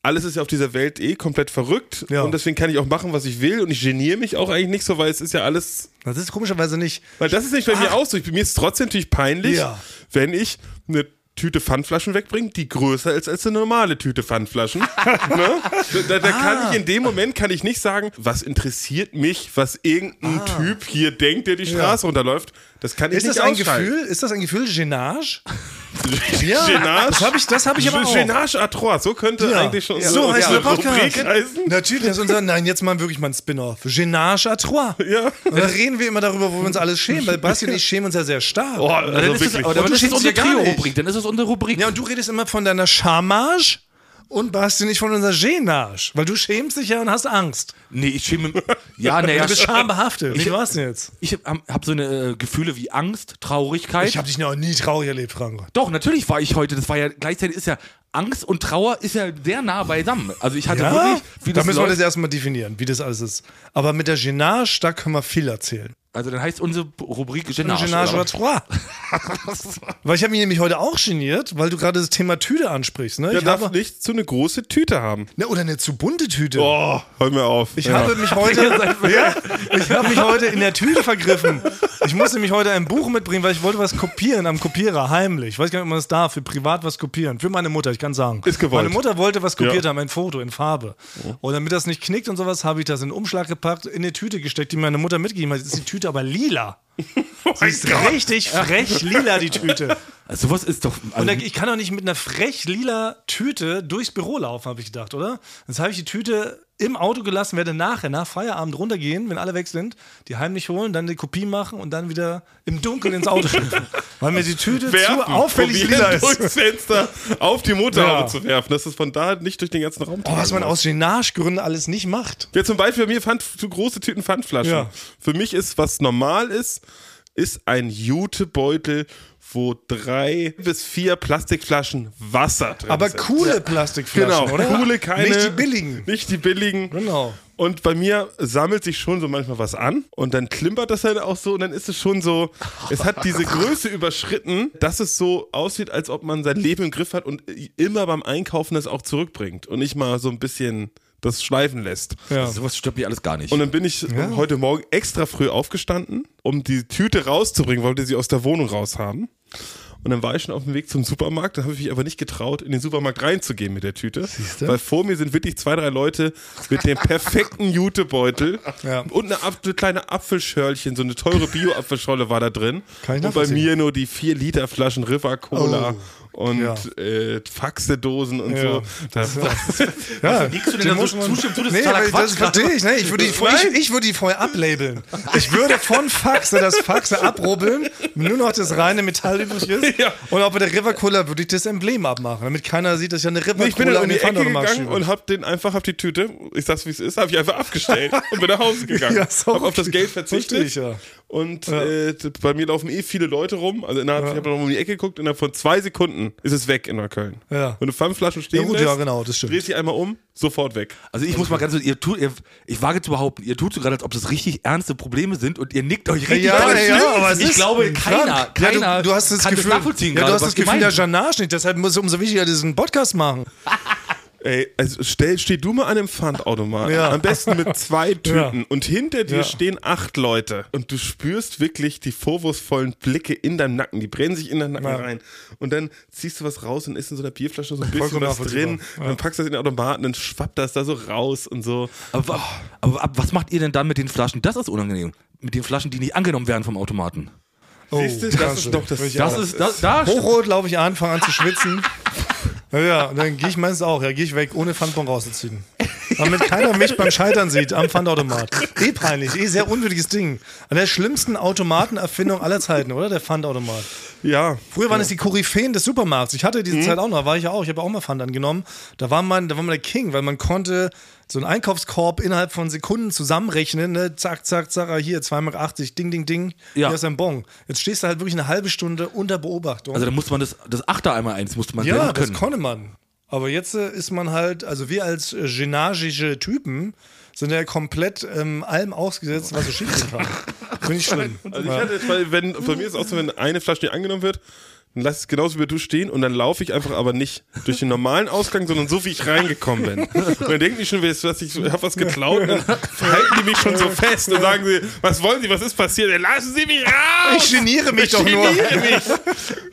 [SPEAKER 3] alles ist ja auf dieser Welt eh komplett verrückt
[SPEAKER 1] Ja.
[SPEAKER 3] und deswegen kann ich auch machen, was ich will und ich geniere mich auch eigentlich nicht so, weil es ist ja alles,
[SPEAKER 1] Das ist komischerweise nicht.
[SPEAKER 3] weil das ist nicht bei mir auch so. Ich, mir ist es trotzdem natürlich peinlich,
[SPEAKER 1] Ja.
[SPEAKER 3] wenn ich eine Tüte Pfandflaschen wegbringe, die größer ist als eine normale Tüte Pfandflaschen. ne? Da, da
[SPEAKER 1] Ah.
[SPEAKER 3] da kann ich in dem Moment kann ich nicht sagen, was interessiert mich, was irgendein Typ hier denkt, der die Straße runterläuft. Das kann ich
[SPEAKER 1] Ah. Ist
[SPEAKER 3] nicht
[SPEAKER 1] das ein
[SPEAKER 3] ausschalten.
[SPEAKER 1] Gefühl? Ist das ein Gefühl Genage?
[SPEAKER 3] Ja, Genage.
[SPEAKER 1] Das habe ich, das hab ich aber auch.
[SPEAKER 3] Genage à trois, so könnte
[SPEAKER 1] Ja.
[SPEAKER 3] eigentlich schon
[SPEAKER 1] so
[SPEAKER 3] unsere
[SPEAKER 1] heißt der Podcast.
[SPEAKER 3] Rubrik heißen.
[SPEAKER 1] Natürlich, das ist unser, nein, jetzt mal wirklich mal ein Spin-off. Genage à trois.
[SPEAKER 3] Ja.
[SPEAKER 1] Und da reden wir immer darüber, wo wir uns alles schämen, weil Basti und ich schämen uns ja sehr stark.
[SPEAKER 3] Boah,
[SPEAKER 2] Dann
[SPEAKER 3] also
[SPEAKER 2] ist es,
[SPEAKER 3] wirklich.
[SPEAKER 2] aber dann
[SPEAKER 1] Und du
[SPEAKER 2] ist es
[SPEAKER 1] schämst
[SPEAKER 2] unsere
[SPEAKER 1] dich ja gar
[SPEAKER 2] Trio-Rubrik. Dann ist es unsere Rubrik.
[SPEAKER 1] Ja, und du redest immer von deiner Charmage und Basti nicht von unserer Genage, weil du schämst dich ja und hast Angst.
[SPEAKER 2] Nee, ich schäme. Ja, naja.
[SPEAKER 1] Du bist schambehaftet. Wie war's denn jetzt?
[SPEAKER 2] Ich habe hab so eine äh, Gefühle wie Angst, Traurigkeit.
[SPEAKER 1] Ich habe dich noch nie traurig erlebt, Franco.
[SPEAKER 2] Doch, natürlich war ich heute. Das war ja gleichzeitig ist ja Angst und Trauer ist ja sehr nah beisammen. Also ich hatte wirklich. Wie
[SPEAKER 1] da
[SPEAKER 2] das
[SPEAKER 1] müssen wir das
[SPEAKER 2] läuft,
[SPEAKER 1] erstmal definieren, wie das alles ist. Aber mit der Genage, da können wir viel erzählen.
[SPEAKER 2] also dann heißt unsere Rubrik Genage.
[SPEAKER 1] Genage à
[SPEAKER 2] oder?
[SPEAKER 1] trois. weil ich habe mich nämlich heute auch geniert, weil du gerade das Thema Tüte ansprichst. Ne?
[SPEAKER 3] Der
[SPEAKER 1] ich
[SPEAKER 3] darf
[SPEAKER 1] habe,
[SPEAKER 3] nicht so eine große Tüte haben.
[SPEAKER 1] ne, oder eine zu bunte Tüte.
[SPEAKER 3] Oh, hör mir auf.
[SPEAKER 1] Ich habe mich heute, ja, ich habe mich heute in der Tüte vergriffen. Ich musste nämlich heute ein Buch mitbringen, weil ich wollte was kopieren am Kopierer heimlich. Ich weiß gar nicht, ob man das darf. Für privat was kopieren. Für meine Mutter, ich kann sagen.
[SPEAKER 3] Ist gewollt.
[SPEAKER 1] Meine Mutter wollte was kopiert
[SPEAKER 3] Ja.
[SPEAKER 1] haben, ein Foto in Farbe. Und damit das nicht knickt und sowas, habe ich das in den Umschlag gepackt, in eine Tüte gesteckt, die meine Mutter mitgegeben hat. Jetzt ist die Tüte aber lila.
[SPEAKER 3] Oh
[SPEAKER 1] Sie ist richtig frech lila, die Tüte.
[SPEAKER 2] Also was ist doch.
[SPEAKER 1] Und
[SPEAKER 3] Mhm.
[SPEAKER 2] Also,
[SPEAKER 1] da, ich kann doch nicht mit einer frech lila Tüte durchs Büro laufen, habe ich gedacht, oder? Jetzt habe ich die Tüte im Auto gelassen, werde nachher, nach Feierabend runtergehen, wenn alle weg sind, die heimlich holen, dann die Kopie machen und dann wieder im Dunkeln ins Auto schieben. Weil mir die Tüte
[SPEAKER 3] werfen,
[SPEAKER 1] zu auffällig
[SPEAKER 3] probieren,
[SPEAKER 1] lila ist.
[SPEAKER 3] durchs Fenster auf die Motorhaube
[SPEAKER 1] Ja.
[SPEAKER 3] zu werfen. Das ist von da nicht durch den ganzen Raum.
[SPEAKER 1] Oh, was man aus Genagegründen alles nicht macht.
[SPEAKER 3] Ja, zum Beispiel bei mir Pfand, so große Tüten Pfandflaschen.
[SPEAKER 1] Ja.
[SPEAKER 3] Für mich ist, was normal ist, ist ein Jutebeutel, wo drei bis vier Plastikflaschen Wasser drin
[SPEAKER 1] Aber
[SPEAKER 3] sind.
[SPEAKER 1] coole Plastikflaschen,
[SPEAKER 3] Genau,
[SPEAKER 1] oder?
[SPEAKER 3] coole, keine.
[SPEAKER 1] Nicht die billigen.
[SPEAKER 3] Nicht die billigen.
[SPEAKER 1] Genau.
[SPEAKER 3] Und bei mir sammelt sich schon so manchmal was an und dann klimpert das halt auch so und dann ist es schon so, es hat diese Größe überschritten, dass es so aussieht, als ob man sein Leben im Griff hat und immer beim Einkaufen das auch zurückbringt und nicht mal so ein bisschen das schleifen lässt.
[SPEAKER 1] Ja.
[SPEAKER 2] also sowas stört mich alles gar nicht.
[SPEAKER 3] Und dann bin ich heute Morgen extra früh aufgestanden, um die Tüte rauszubringen, wollte sie aus der Wohnung raushaben. Und dann war ich schon auf dem Weg zum Supermarkt, dann habe ich mich aber nicht getraut, in den Supermarkt reinzugehen mit der Tüte. Weil vor mir sind wirklich zwei, drei Leute mit dem perfekten Jutebeutel
[SPEAKER 1] Ja.
[SPEAKER 3] und eine, Apf- eine kleine Apfelschörlchen, so eine teure Bio-Apfelschorle war da drin.
[SPEAKER 1] Kann ich
[SPEAKER 3] und bei
[SPEAKER 1] nachvollziehen. Oh.
[SPEAKER 3] mir nur die 4 Liter Flaschen River Cola und
[SPEAKER 1] ja.
[SPEAKER 3] äh, Faxedosen und so. Das,
[SPEAKER 1] Ja,
[SPEAKER 2] Liegst du denn
[SPEAKER 1] den
[SPEAKER 2] da so
[SPEAKER 1] muss man-
[SPEAKER 2] zustimmen? Du, das
[SPEAKER 1] nee,
[SPEAKER 2] ist totaler
[SPEAKER 1] weil
[SPEAKER 2] Quatsch
[SPEAKER 1] das verstehe ich, ne? Ich würde, die, ich, ich würde die vorher ablabeln. Ich würde von Faxe das Faxe abrubbeln, nur noch das reine Metall übrig ist.
[SPEAKER 3] Ja.
[SPEAKER 1] Und auch bei der River Cola würde ich das Emblem abmachen, damit keiner sieht, dass ich eine River
[SPEAKER 3] Ich bin dann
[SPEAKER 1] Cola
[SPEAKER 3] um
[SPEAKER 1] in
[SPEAKER 3] die
[SPEAKER 1] den
[SPEAKER 3] Ecke
[SPEAKER 1] Pfandonomarkt
[SPEAKER 3] gegangen
[SPEAKER 1] schiebe.
[SPEAKER 3] und hab den einfach, hab die Tüte, ich sag's wie es ist, hab ich einfach abgestellt und bin nach Hause gegangen.
[SPEAKER 1] Ja,
[SPEAKER 3] hab
[SPEAKER 1] ist auch
[SPEAKER 3] auf das
[SPEAKER 1] okay.
[SPEAKER 3] Geld verzichtet.
[SPEAKER 1] Verstehe ich, ja.
[SPEAKER 3] Und Äh, d- bei mir laufen eh viele Leute rum. Also innerhalb, ich habe noch um die Ecke geguckt, innerhalb von zwei Sekunden ist es weg in Neukölln.
[SPEAKER 1] Ja.
[SPEAKER 3] Wenn du Pfandflaschen stehen
[SPEAKER 1] Ja, gut,
[SPEAKER 3] lässt,
[SPEAKER 1] ja, genau, das stimmt.
[SPEAKER 3] drehst dich einmal um, sofort weg.
[SPEAKER 2] Also ich muss mal ganz so, ihr tut, ihr, ich wage zu behaupten, ihr tut so gerade, als ob das richtig ernste Probleme sind und ihr nickt euch richtig.
[SPEAKER 1] Ja,
[SPEAKER 2] Aber
[SPEAKER 1] ja,
[SPEAKER 2] das
[SPEAKER 1] ja,
[SPEAKER 2] stimmt.
[SPEAKER 1] aber es
[SPEAKER 2] ich
[SPEAKER 1] ist
[SPEAKER 2] glaube, keiner,
[SPEAKER 1] krank.
[SPEAKER 2] keiner
[SPEAKER 1] ja, du, du hast das
[SPEAKER 2] kann
[SPEAKER 1] Gefühl,
[SPEAKER 2] das nachvollziehen
[SPEAKER 1] ja, du
[SPEAKER 2] gerade,
[SPEAKER 1] hast
[SPEAKER 2] was
[SPEAKER 1] das Gefühl
[SPEAKER 2] gemeint
[SPEAKER 1] der
[SPEAKER 2] ist.
[SPEAKER 1] Janage nicht. Deshalb muss es umso wichtiger diesen Podcast machen.
[SPEAKER 3] Ey, also stell, steh du mal an einem Pfandautomaten.
[SPEAKER 1] Ja.
[SPEAKER 3] Am besten mit zwei Tüten.
[SPEAKER 1] Ja.
[SPEAKER 3] Und hinter dir
[SPEAKER 1] Ja.
[SPEAKER 3] stehen acht Leute. Und du spürst wirklich die vorwurfsvollen Blicke in deinem Nacken. Die brennen sich in deinen Nacken
[SPEAKER 1] Ja.
[SPEAKER 3] rein. Und dann ziehst du was raus und ist in so einer Bierflasche so ein bisschen
[SPEAKER 1] Vollkommen
[SPEAKER 3] was drin.
[SPEAKER 1] nachvollziehbar.
[SPEAKER 3] Dann packst du das in den Automaten, dann schwappt das da so raus und so.
[SPEAKER 2] Aber, wa- aber, wa- was macht ihr denn dann mit den Flaschen? Das ist unangenehm. Mit den Flaschen, die nicht angenommen werden vom Automaten.
[SPEAKER 1] Oh,
[SPEAKER 3] Siehst du, das ist doch das.
[SPEAKER 1] Richtig
[SPEAKER 2] Das
[SPEAKER 1] auch.
[SPEAKER 2] ist, da, da
[SPEAKER 1] Hochrot laufe ich an, fange an zu schwitzen. Ja, Ja, und dann gehe ich meistens auch, ja, gehe ich weg, ohne Pfandbon rauszuziehen. Damit keiner mich beim Scheitern sieht am Pfandautomat. Eh peinlich, eh sehr unwürdiges Ding. An der schlimmsten Automatenerfindung aller Zeiten, oder? Der Pfandautomat.
[SPEAKER 3] Ja.
[SPEAKER 1] Früher waren es die Koryphäen des Supermarkts. Ich hatte diese Zeit auch noch, war ich ja auch. Ich habe auch mal Pfand angenommen. Da war man, da war man der King, weil man konnte so einen Einkaufskorb innerhalb von Sekunden zusammenrechnen. Ne? Zack, zack, zack, ah, hier 2,80 ding, ding, ding.
[SPEAKER 2] Ja.
[SPEAKER 1] Hier ist ein Bon. Jetzt stehst du halt wirklich eine halbe Stunde unter Beobachtung.
[SPEAKER 2] Also da musste man das, das Achter einmal eins, musste man
[SPEAKER 1] ja,
[SPEAKER 2] selber
[SPEAKER 1] das
[SPEAKER 2] können.
[SPEAKER 1] konnte man. Aber jetzt äh, ist man halt, also wir als äh, genagische Typen sind ja komplett ähm, allem ausgesetzt, was so schief gehen kann. Finde ich schlimm.
[SPEAKER 3] Also ich
[SPEAKER 1] ja.
[SPEAKER 3] hatte jetzt, weil wenn, bei mir ist es auch so, wenn eine Flasche nicht angenommen wird, dann lasse ich es genauso wie du stehen und dann laufe ich einfach aber nicht durch den normalen Ausgang, sondern so wie ich reingekommen bin. Und dann denken die schon, was, was ich habe was geklaut, und dann halten die mich schon so fest und sagen sie, was wollen sie, was ist passiert? Dann lassen sie mich raus!
[SPEAKER 1] Ich geniere mich doch nur.
[SPEAKER 3] Geniere mich.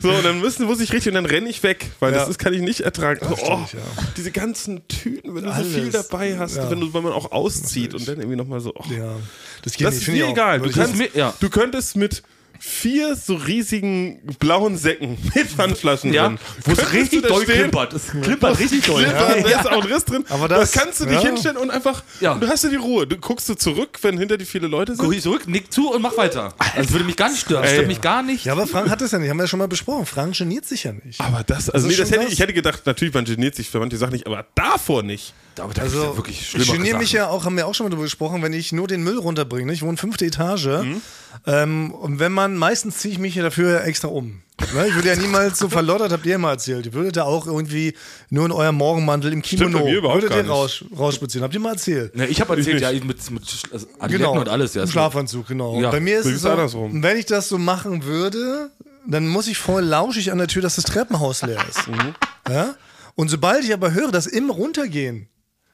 [SPEAKER 3] So, und dann müssen, muss ich richtig und dann renne ich weg, weil
[SPEAKER 1] Ja.
[SPEAKER 3] das ist, kann ich nicht ertragen. Also, oh,
[SPEAKER 1] stimmt,
[SPEAKER 3] Diese ganzen Tüten, wenn du
[SPEAKER 1] Alles.
[SPEAKER 3] so viel dabei hast,
[SPEAKER 1] Ja.
[SPEAKER 3] wenn, du, wenn man auch auszieht und dann irgendwie nochmal so. Oh.
[SPEAKER 1] Ja, das geht
[SPEAKER 3] Das
[SPEAKER 1] nicht.
[SPEAKER 3] ist
[SPEAKER 1] Finde ich
[SPEAKER 3] mir
[SPEAKER 1] auch.
[SPEAKER 3] egal. Du,
[SPEAKER 1] Würde ich
[SPEAKER 3] kannst,
[SPEAKER 2] mir- ja.
[SPEAKER 3] du könntest mit vier so riesigen blauen Säcken mit Pfandflaschen
[SPEAKER 2] Ja,
[SPEAKER 3] drin.
[SPEAKER 2] wo es
[SPEAKER 3] könntest
[SPEAKER 2] richtig
[SPEAKER 3] du da
[SPEAKER 2] doll
[SPEAKER 3] stehen,
[SPEAKER 2] klimpert. Es klimpert richtig doll.
[SPEAKER 3] klimpert, Da ist auch ein Riss drin.
[SPEAKER 1] Aber
[SPEAKER 3] das,
[SPEAKER 1] das-
[SPEAKER 3] kannst du dich
[SPEAKER 1] ja.
[SPEAKER 3] hinstellen und einfach.
[SPEAKER 2] Ja.
[SPEAKER 3] Du hast ja die Ruhe. Du guckst du zurück, wenn hinter dir viele Leute
[SPEAKER 2] Guck
[SPEAKER 3] sind.
[SPEAKER 2] ich zurück, nick zu und mach weiter. Das würde mich gar nicht stören. Das
[SPEAKER 3] Ey.
[SPEAKER 2] stört mich gar nicht.
[SPEAKER 1] Ja, aber Frank hat es ja nicht, haben wir ja schon mal besprochen. Frank geniert sich ja nicht.
[SPEAKER 3] Aber das, also
[SPEAKER 1] Das ist
[SPEAKER 3] nee, das
[SPEAKER 1] schon
[SPEAKER 3] hätte,
[SPEAKER 1] krass.
[SPEAKER 3] ich hätte gedacht, natürlich, man geniert sich für manche Sachen nicht, aber davor nicht.
[SPEAKER 2] Aber das ist ja wirklich
[SPEAKER 1] also ich
[SPEAKER 2] schlimmer.
[SPEAKER 1] geniere mich ja auch, haben wir auch schon mal darüber gesprochen, wenn ich nur den Müll runterbringe. ne? Ich wohne fünfte Etage.
[SPEAKER 3] Mhm.
[SPEAKER 1] Ähm, und wenn man, meistens ziehe ich mich ja dafür extra um. Ne? Ich würde ja niemals so verlottert, habt ihr ja mal erzählt. Ihr würdet ja auch irgendwie nur in eurem Morgenmantel im Kimono.
[SPEAKER 3] bei mir überhaupt
[SPEAKER 1] würdet
[SPEAKER 3] gar
[SPEAKER 1] ihr
[SPEAKER 3] nicht.
[SPEAKER 1] raus, rausspazieren. Habt ihr mal erzählt?
[SPEAKER 2] Ne, ich habe erzählt,
[SPEAKER 3] Ich
[SPEAKER 2] ja,
[SPEAKER 3] nicht.
[SPEAKER 2] mit, mit Sch- also
[SPEAKER 3] Genau.
[SPEAKER 2] Adiletten und alles. Ja,
[SPEAKER 1] Genau. Im Schlafanzug, genau.
[SPEAKER 2] Ja,
[SPEAKER 1] Bei mir ist
[SPEAKER 3] bei mir
[SPEAKER 1] es
[SPEAKER 3] ist
[SPEAKER 1] so,
[SPEAKER 3] andersrum.
[SPEAKER 1] wenn ich das so machen würde, dann muss ich vorher lauschig an der Tür, dass das Treppenhaus leer ist.
[SPEAKER 3] Mhm.
[SPEAKER 1] ja? Und sobald ich aber höre, dass im Runtergehen,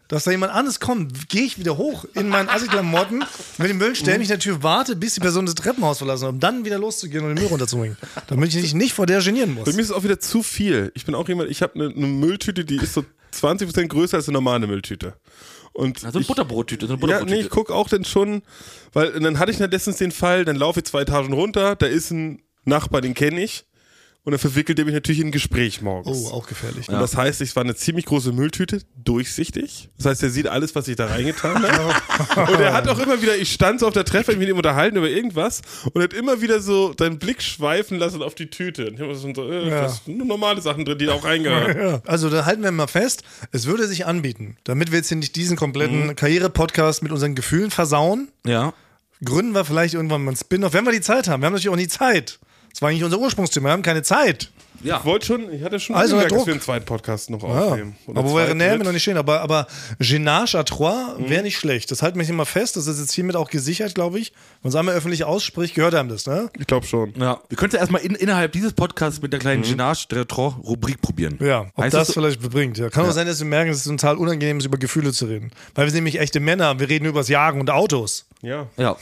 [SPEAKER 1] dass da jemand anderes kommt, gehe ich wieder hoch in meinen Assi-Klamotten mit dem Müll, stelle mich
[SPEAKER 3] Mhm.
[SPEAKER 1] in der Tür, warte, bis die Person das Treppenhaus verlassen hat, um dann wieder loszugehen und den Müll runterzubringen. Damit ich mich nicht vor der genieren muss.
[SPEAKER 3] Bei mir ist es auch wieder zu viel. Ich bin auch jemand, ich habe eine, eine Mülltüte, die ist so 20% größer als eine normale Mülltüte. Und
[SPEAKER 2] Also eine
[SPEAKER 3] ich,
[SPEAKER 2] Butterbrottüte. So eine
[SPEAKER 3] Ja,
[SPEAKER 2] Butterbrottüte.
[SPEAKER 3] nee, ich guck auch dann schon, weil dann hatte ich dann letztens den Fall, dann laufe ich zwei Etagen runter, da ist ein Nachbar, den kenne ich, und dann verwickelt er mich natürlich in ein Gespräch morgens.
[SPEAKER 1] oh, auch gefährlich.
[SPEAKER 3] Und das heißt, es war eine ziemlich große Mülltüte, durchsichtig. Das heißt, er sieht alles, was ich da reingetan habe. und er hat auch immer wieder, ich stand so auf der Treffe, ich mit ihm unterhalten über irgendwas und hat immer wieder so seinen Blick schweifen lassen auf die Tüte. Und ich habe so, äh,
[SPEAKER 1] Ja.
[SPEAKER 3] das sind nur normale Sachen drin, die da auch reingehören.
[SPEAKER 1] Ja. Also da halten wir mal fest, es würde sich anbieten, damit wir jetzt hier nicht diesen kompletten
[SPEAKER 3] Mhm.
[SPEAKER 1] Karriere-Podcast mit unseren Gefühlen versauen,
[SPEAKER 2] ja.
[SPEAKER 1] gründen wir vielleicht irgendwann mal einen Spin-off, wenn wir die Zeit haben. Wir haben natürlich auch nie Zeit. Das war eigentlich unser Ursprungsthema. Wir haben keine Zeit.
[SPEAKER 2] ja.
[SPEAKER 3] Ich wollte schon, ich hatte schon
[SPEAKER 1] Also unter
[SPEAKER 3] dass
[SPEAKER 1] Druck.
[SPEAKER 3] wir einen zweiten Podcast noch
[SPEAKER 1] Ja.
[SPEAKER 3] aufnehmen. Ah, Oder
[SPEAKER 1] Aber wo wäre
[SPEAKER 3] zweiten,
[SPEAKER 1] Name
[SPEAKER 3] dritten.
[SPEAKER 1] noch nicht stehen? Aber, aber Genage à Trois
[SPEAKER 3] Mhm.
[SPEAKER 1] wäre nicht schlecht. Das halten wir hier mal fest. Das ist jetzt hiermit auch gesichert, glaube ich. Wenn es einmal öffentlich ausspricht, gehört einem das, ne?
[SPEAKER 3] Ich glaube schon.
[SPEAKER 2] Ja. Wir könnten erstmal in, innerhalb dieses Podcasts mit der kleinen mhm. Genage de Trois Rubrik probieren.
[SPEAKER 1] Ja, ob
[SPEAKER 2] Heißt
[SPEAKER 1] das
[SPEAKER 2] so-
[SPEAKER 1] vielleicht bringt. Ja. Kann auch sein, dass wir merken, es ist total unangenehm, über Gefühle zu reden. Weil wir sind nämlich echte Männer. Wir reden über das Jagen und Autos.
[SPEAKER 3] Ja.
[SPEAKER 2] ja.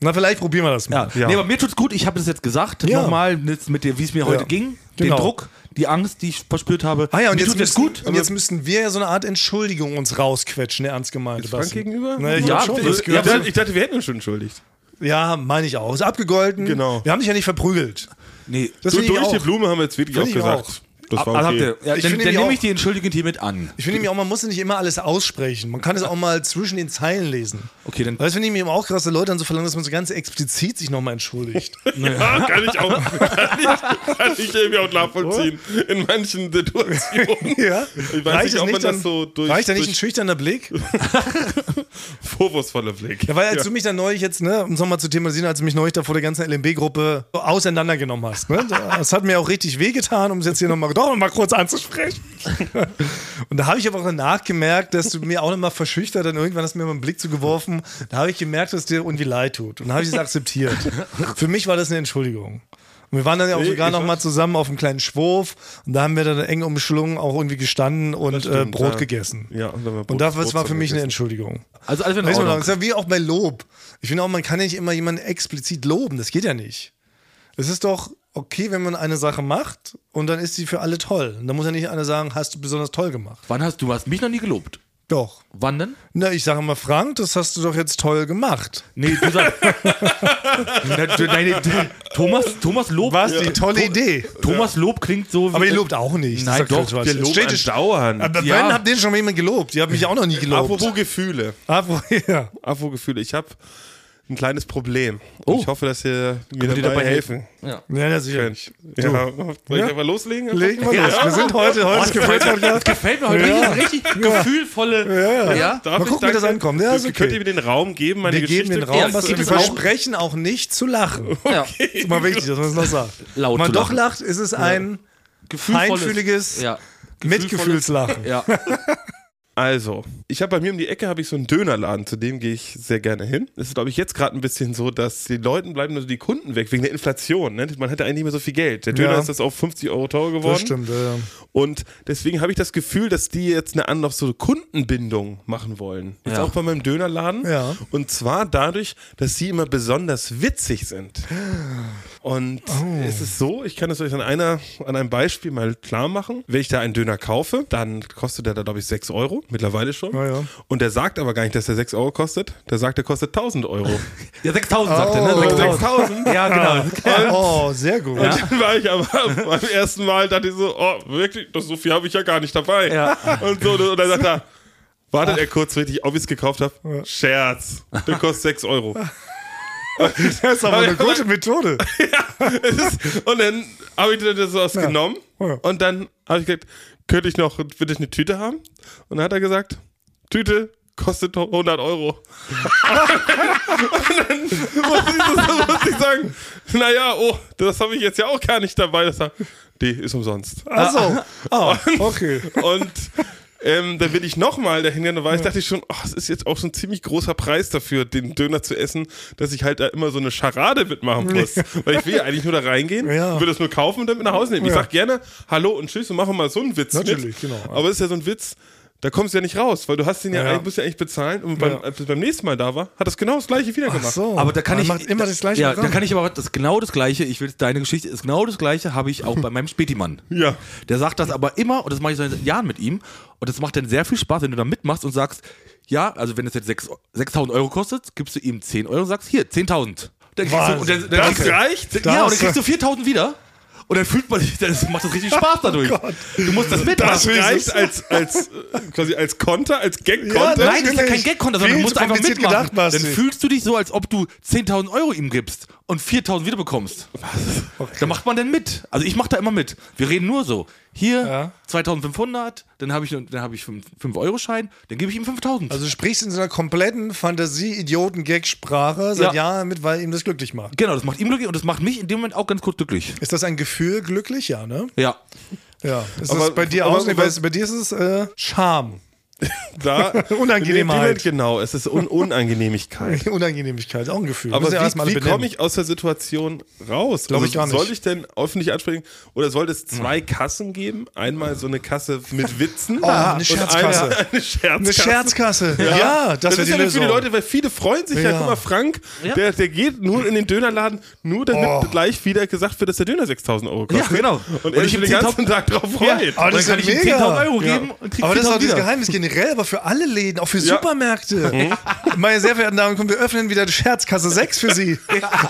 [SPEAKER 1] Na, vielleicht probieren wir das mal.
[SPEAKER 2] Ja. Nee, aber mir tut's gut, ich habe das jetzt gesagt.
[SPEAKER 1] Ja.
[SPEAKER 2] Nochmal jetzt mit dir, wie es mir heute ging.
[SPEAKER 1] Genau.
[SPEAKER 2] Den Druck, die Angst, die ich verspürt habe.
[SPEAKER 1] Ah ja, und
[SPEAKER 2] mir
[SPEAKER 1] jetzt,
[SPEAKER 2] tut es
[SPEAKER 1] müssen,
[SPEAKER 2] gut.
[SPEAKER 1] und jetzt müssten wir ja so eine Art Entschuldigung uns rausquetschen, der ernst gemeinte.
[SPEAKER 3] Frank
[SPEAKER 1] Basti.
[SPEAKER 3] gegenüber?
[SPEAKER 1] Na, ich
[SPEAKER 2] Ja,
[SPEAKER 1] ja, schon,
[SPEAKER 2] das-
[SPEAKER 1] das
[SPEAKER 3] ich,
[SPEAKER 1] gehört.
[SPEAKER 2] ja,
[SPEAKER 1] Ja,
[SPEAKER 3] dachte, ich dachte, wir hätten uns schon entschuldigt.
[SPEAKER 1] meine ich auch. Ist abgegolten.
[SPEAKER 3] Genau.
[SPEAKER 1] Wir haben dich ja nicht verprügelt.
[SPEAKER 2] Nee,
[SPEAKER 1] Das
[SPEAKER 3] Du,
[SPEAKER 1] finde ich
[SPEAKER 3] durch die
[SPEAKER 1] auch.
[SPEAKER 3] Blume haben wir jetzt wirklich
[SPEAKER 1] Find
[SPEAKER 3] auch
[SPEAKER 1] ich
[SPEAKER 3] gesagt. Das
[SPEAKER 2] Ah,
[SPEAKER 3] war
[SPEAKER 2] habt
[SPEAKER 3] okay.
[SPEAKER 2] ihr. Ja,
[SPEAKER 1] Ich
[SPEAKER 2] dann
[SPEAKER 1] finde
[SPEAKER 2] dann
[SPEAKER 1] die
[SPEAKER 2] nehme ich
[SPEAKER 1] auch-
[SPEAKER 2] die entschuldigend hiermit an.
[SPEAKER 1] Ich finde nämlich auch, man muss nicht immer alles aussprechen. Man kann es auch mal zwischen den Zeilen lesen.
[SPEAKER 2] Okay, dann-
[SPEAKER 1] Weil das finde ich mir eben auch krass, dass Leute dann so verlangen, dass man so ganz explizit sich nochmal entschuldigt.
[SPEAKER 3] Ja, kann ich auch. Kann ich, kann ich irgendwie auch nachvollziehen. In manchen Situationen.
[SPEAKER 1] ja?
[SPEAKER 3] Ich weiß
[SPEAKER 1] reicht
[SPEAKER 3] nicht,
[SPEAKER 1] es
[SPEAKER 3] ob man
[SPEAKER 1] dann-
[SPEAKER 3] das so durch,
[SPEAKER 1] Reicht da nicht ein
[SPEAKER 3] durch
[SPEAKER 1] schüchterner Blick?
[SPEAKER 3] vorwurfsvoller Blick.
[SPEAKER 1] Ja, weil als du mich dann neulich jetzt, ne, um es nochmal zu thematisieren, als du mich neulich da vor der ganzen LMB-Gruppe so auseinandergenommen hast, ne? Das hat mir auch richtig wehgetan, um es jetzt hier nochmal doch noch mal kurz anzusprechen. Und da habe ich aber auch danach gemerkt, dass du mir auch nochmal verschüchtert dann irgendwann hast du mir mal einen Blick zugeworfen. Da habe ich gemerkt, dass es dir irgendwie leid tut. Und da habe ich es akzeptiert. Für mich war das eine Entschuldigung. Und wir waren dann ja auch
[SPEAKER 3] Nee,
[SPEAKER 1] sogar
[SPEAKER 3] ich
[SPEAKER 1] nochmal
[SPEAKER 3] weiß.
[SPEAKER 1] zusammen auf einem kleinen Schwurf und da haben wir dann eng umschlungen auch irgendwie gestanden und äh,
[SPEAKER 3] stimmt,
[SPEAKER 1] Brot
[SPEAKER 3] ja.
[SPEAKER 1] gegessen.
[SPEAKER 3] Ja, und dann haben wir Brot-
[SPEAKER 1] und das, das war
[SPEAKER 3] Brot
[SPEAKER 1] für mich eine
[SPEAKER 3] gegessen.
[SPEAKER 1] Entschuldigung.
[SPEAKER 2] Also alles in
[SPEAKER 1] Weißt du, das
[SPEAKER 2] Ordnung.
[SPEAKER 1] ist ja wie auch bei Lob. Ich finde auch, man kann ja nicht immer jemanden explizit loben. Das geht ja nicht. Es ist doch okay, wenn man eine Sache macht und dann ist sie für alle toll. Und dann muss ja nicht einer sagen, hast du besonders toll gemacht.
[SPEAKER 2] Wann hast du hast mich noch nie gelobt?
[SPEAKER 1] Doch.
[SPEAKER 2] Wann denn?
[SPEAKER 1] Na, ich sage mal, Frank, das hast du doch jetzt toll gemacht.
[SPEAKER 2] Nee, du sagst. Na, du- nein, nee, du- Thomas, Thomas Lob.
[SPEAKER 1] Was? Die tolle Idee.
[SPEAKER 2] Thomas Lob klingt so wie.
[SPEAKER 1] Aber ihr lobt auch nicht.
[SPEAKER 2] Nein,
[SPEAKER 1] Das ist
[SPEAKER 2] doch,
[SPEAKER 1] Quatsch.
[SPEAKER 2] wir
[SPEAKER 1] Es
[SPEAKER 2] loben
[SPEAKER 1] steht
[SPEAKER 3] an
[SPEAKER 1] es-
[SPEAKER 3] Dauern.
[SPEAKER 1] Aber
[SPEAKER 2] Ja.
[SPEAKER 1] Wann habt ihr schon mal jemanden gelobt? Ihr habt mich auch noch nie gelobt.
[SPEAKER 3] Apropos Gefühle.
[SPEAKER 1] Apropos, ja.
[SPEAKER 3] Apropos Gefühle. Ich habe ein kleines Problem.
[SPEAKER 2] Oh.
[SPEAKER 3] Ich hoffe, dass ihr mir
[SPEAKER 2] dir
[SPEAKER 3] dabei,
[SPEAKER 2] dabei
[SPEAKER 3] helfen
[SPEAKER 2] Ja.
[SPEAKER 1] Ja, ja, sicher.
[SPEAKER 3] könnt. Ja. Soll ich
[SPEAKER 1] Ja?
[SPEAKER 3] einfach loslegen?
[SPEAKER 1] Legen wir los. Wir sind heute, heute ist Gefühlspodcast.
[SPEAKER 2] Gefällt mir heute
[SPEAKER 1] Ja.
[SPEAKER 2] richtig, richtig gefühlvolle. Ja,
[SPEAKER 3] Darf
[SPEAKER 1] Mal
[SPEAKER 3] ich
[SPEAKER 1] gucken, wie das
[SPEAKER 3] danke?
[SPEAKER 1] ankommt. Ja, ist
[SPEAKER 3] Könnt-
[SPEAKER 1] okay.
[SPEAKER 3] Könnt ihr mir den Raum geben, meine
[SPEAKER 1] Wir
[SPEAKER 3] Geschichte?
[SPEAKER 1] geben den Raum,
[SPEAKER 2] Ja,
[SPEAKER 1] was
[SPEAKER 2] gibt
[SPEAKER 1] wir
[SPEAKER 2] es auch-
[SPEAKER 1] versprechen, auch nicht zu lachen.
[SPEAKER 2] ja.
[SPEAKER 1] Ist mal wichtig, dass man das noch sagt.
[SPEAKER 2] Laut
[SPEAKER 1] Wenn man
[SPEAKER 2] zu
[SPEAKER 1] doch
[SPEAKER 2] lachen.
[SPEAKER 1] lacht, ist es ein
[SPEAKER 2] Gefühlvolles-
[SPEAKER 1] Feinfühliges-
[SPEAKER 2] Ja.
[SPEAKER 1] Mitgefühlslachen.
[SPEAKER 2] Ja.
[SPEAKER 3] Also, ich habe bei mir um die Ecke habe ich so einen Dönerladen, zu dem gehe ich sehr gerne hin. Es ist glaube ich jetzt gerade ein bisschen so, dass die Leuten bleiben nur so die Kunden weg wegen der Inflation, ne? Man hätte eigentlich nicht mehr so viel Geld. Der Döner
[SPEAKER 1] Ja.
[SPEAKER 3] ist jetzt auf 50 Euro teurer geworden.
[SPEAKER 1] Das stimmt, ja.
[SPEAKER 3] Und deswegen habe ich das Gefühl, dass die jetzt eine andere so Kundenbindung machen wollen. Jetzt
[SPEAKER 2] Ja.
[SPEAKER 3] auch bei meinem Dönerladen.
[SPEAKER 1] Ja.
[SPEAKER 3] Und zwar dadurch, dass sie immer besonders witzig sind. Und
[SPEAKER 1] Oh.
[SPEAKER 3] es ist so, ich kann es euch an, einer, an einem Beispiel mal klar machen. Wenn ich da einen Döner kaufe, dann kostet der da, glaube ich, 6 Euro, mittlerweile schon.
[SPEAKER 1] Ja, ja.
[SPEAKER 3] Und der sagt aber gar nicht, dass der 6 Euro kostet. Der sagt, der kostet 1000 Euro.
[SPEAKER 2] Ja, 6000 sagt
[SPEAKER 1] Oh.
[SPEAKER 2] er, ne? 6000.
[SPEAKER 3] 6000?
[SPEAKER 2] Ja, genau.
[SPEAKER 1] Oh, sehr gut.
[SPEAKER 3] Und dann war ich aber beim ersten Mal, dachte ich so, oh, wirklich, das, so viel habe ich ja gar nicht dabei.
[SPEAKER 2] Ja.
[SPEAKER 3] Und so, und dann sagt er, wartet er kurz richtig, ob ich es gekauft habe? Scherz. Der kostet 6 Euro.
[SPEAKER 1] Das ist aber eine gute Methode.
[SPEAKER 3] Es ist, und dann habe ich das so was genommen
[SPEAKER 1] Ja.
[SPEAKER 3] und dann habe ich gesagt, könnte ich noch, will ich eine Tüte haben? Und dann hat er gesagt, Tüte kostet 100 Euro. und dann muss ich, so- muss ich sagen, naja, oh, das habe ich jetzt ja auch gar nicht dabei. Das, die ist umsonst.
[SPEAKER 1] Achso. Ah, okay.
[SPEAKER 3] Und ähm, dann bin ich nochmal dahin gegangen, weil ich dachte ich schon, oh, es ist jetzt auch so ein ziemlich großer Preis dafür, den Döner zu essen, dass ich halt da immer so eine Scharade mitmachen muss. Weil ich will ja eigentlich nur da reingehen,
[SPEAKER 1] Ja.
[SPEAKER 3] will das nur kaufen und dann mit nach Hause nehmen. Ich
[SPEAKER 1] Ja.
[SPEAKER 3] sag gerne Hallo und Tschüss und mache mal so einen Witz
[SPEAKER 1] Natürlich,
[SPEAKER 3] mit.
[SPEAKER 1] genau.
[SPEAKER 3] Aber es ist ja so ein Witz, da kommst du ja nicht raus, weil du hast den ja,
[SPEAKER 1] Ja.
[SPEAKER 3] eigentlich- musst ja eigentlich bezahlen und beim,
[SPEAKER 1] Ja.
[SPEAKER 3] als es beim nächsten Mal da war, hat das genau das gleiche wieder gemacht.
[SPEAKER 1] Achso.
[SPEAKER 2] Aber da kann
[SPEAKER 1] Man
[SPEAKER 2] ich
[SPEAKER 1] macht immer das gleiche.
[SPEAKER 2] Ja, da
[SPEAKER 1] Programm.
[SPEAKER 2] kann ich aber das genau das gleiche. Ich will deine Geschichte ist genau das gleiche. Habe ich auch bei meinem Spätimann.
[SPEAKER 3] Ja.
[SPEAKER 2] Der sagt das aber immer und das mache ich seit Jahren mit ihm und das macht dann sehr viel Spaß, wenn du da mitmachst und sagst, ja, also wenn es jetzt sechs- 6.000 Euro kostet, gibst du ihm 10 Euro und sagst hier 10.000. Dann kriegst du, und dann,
[SPEAKER 1] Wahnsinn.
[SPEAKER 2] dann kriegst du,
[SPEAKER 1] Das
[SPEAKER 3] reicht?
[SPEAKER 2] Ja,
[SPEAKER 1] Das-
[SPEAKER 2] und dann kriegst du 4.000 wieder. Und dann fühlt man sich, das macht das richtig
[SPEAKER 1] Oh
[SPEAKER 2] Spaß dadurch. du musst das mitmachen.
[SPEAKER 3] Das reicht als, als, äh, quasi als Konter, als
[SPEAKER 1] Ja, das
[SPEAKER 3] Gag-Konter.
[SPEAKER 2] Nein, das ist ja
[SPEAKER 1] wirklich
[SPEAKER 2] kein Gag-Konter, sondern
[SPEAKER 1] viel
[SPEAKER 2] du musst
[SPEAKER 1] zu
[SPEAKER 2] einfach
[SPEAKER 1] kompliziert
[SPEAKER 2] mitmachen.
[SPEAKER 1] gedacht, Basti.
[SPEAKER 2] dann fühlst du dich so, als ob du 10.000 Euro ihm gibst und 4.000 wieder bekommst. Da macht man denn mit. Also ich mache da immer mit. Wir reden nur so. Hier
[SPEAKER 1] Ja.
[SPEAKER 2] 2.500, dann habe ich, dann hab ich 5-Euro-Schein, dann gebe ich ihm 5.000.
[SPEAKER 1] also du sprichst in so einer kompletten Fantasie-Idioten-Gag-Sprache seit
[SPEAKER 2] Ja.
[SPEAKER 1] Jahren mit, weil ihm das glücklich macht.
[SPEAKER 2] genau, das macht ihm glücklich und das macht mich in dem Moment auch ganz kurz glücklich.
[SPEAKER 1] Ist das ein Gefühl glücklich? Ja, ne?
[SPEAKER 2] Ja.
[SPEAKER 1] Ja. Ist
[SPEAKER 3] Aber-
[SPEAKER 1] das bei dir
[SPEAKER 3] aber-
[SPEAKER 1] auch? Bei, bei dir ist es äh, Scham.
[SPEAKER 3] Da,
[SPEAKER 1] Unangenehmheit.
[SPEAKER 3] Genau, es ist Un Unangenehmigkeit.
[SPEAKER 1] Unangenehmigkeit, auch ein Gefühl.
[SPEAKER 3] Aber
[SPEAKER 1] Müssen ja erstmal
[SPEAKER 3] wie,
[SPEAKER 1] alle
[SPEAKER 3] wie
[SPEAKER 1] benennen.
[SPEAKER 3] komme ich aus der Situation raus?
[SPEAKER 1] Glaub ich gar nicht. Hm.
[SPEAKER 3] Soll ich denn öffentlich ansprechen? Oder sollte es zwei Kassen geben? Einmal so eine Kasse mit Witzen.
[SPEAKER 1] Oh, eine
[SPEAKER 3] und
[SPEAKER 1] Scherzkasse.
[SPEAKER 3] Eine, eine Scherzkasse.
[SPEAKER 1] Eine Scherzkasse. Ja, das, wäre
[SPEAKER 3] das, ist
[SPEAKER 1] die
[SPEAKER 3] ja nicht für
[SPEAKER 1] Lösung.
[SPEAKER 3] die Leute, weil viele freuen sich ja.
[SPEAKER 1] Ja.
[SPEAKER 3] Guck mal, Frank, der, der geht nur in den Dönerladen, nur damit
[SPEAKER 1] Oh.
[SPEAKER 3] gleich wieder gesagt wird, dass der Döner 6000 Euro kostet.
[SPEAKER 2] Ja, genau.
[SPEAKER 3] Und,
[SPEAKER 2] Und
[SPEAKER 3] er
[SPEAKER 2] ich ihm
[SPEAKER 3] sich den
[SPEAKER 2] 10.000
[SPEAKER 3] ganzen Tag drauf freut.
[SPEAKER 1] Aber das
[SPEAKER 2] dann
[SPEAKER 1] ist
[SPEAKER 2] kann
[SPEAKER 1] ja Oh.
[SPEAKER 2] ich ihm
[SPEAKER 1] mega.
[SPEAKER 2] 10.000 Euro
[SPEAKER 1] Ja.
[SPEAKER 2] geben und krieg
[SPEAKER 1] Aber das ist
[SPEAKER 2] 4.000
[SPEAKER 1] auch dieses
[SPEAKER 2] wieder. Mhm.
[SPEAKER 1] Geheimnis generell, aber für alle Läden, auch für Supermärkte. Meine sehr verehrten Damen und Herren, wir öffnen wieder die Scherzkasse 6 für Sie.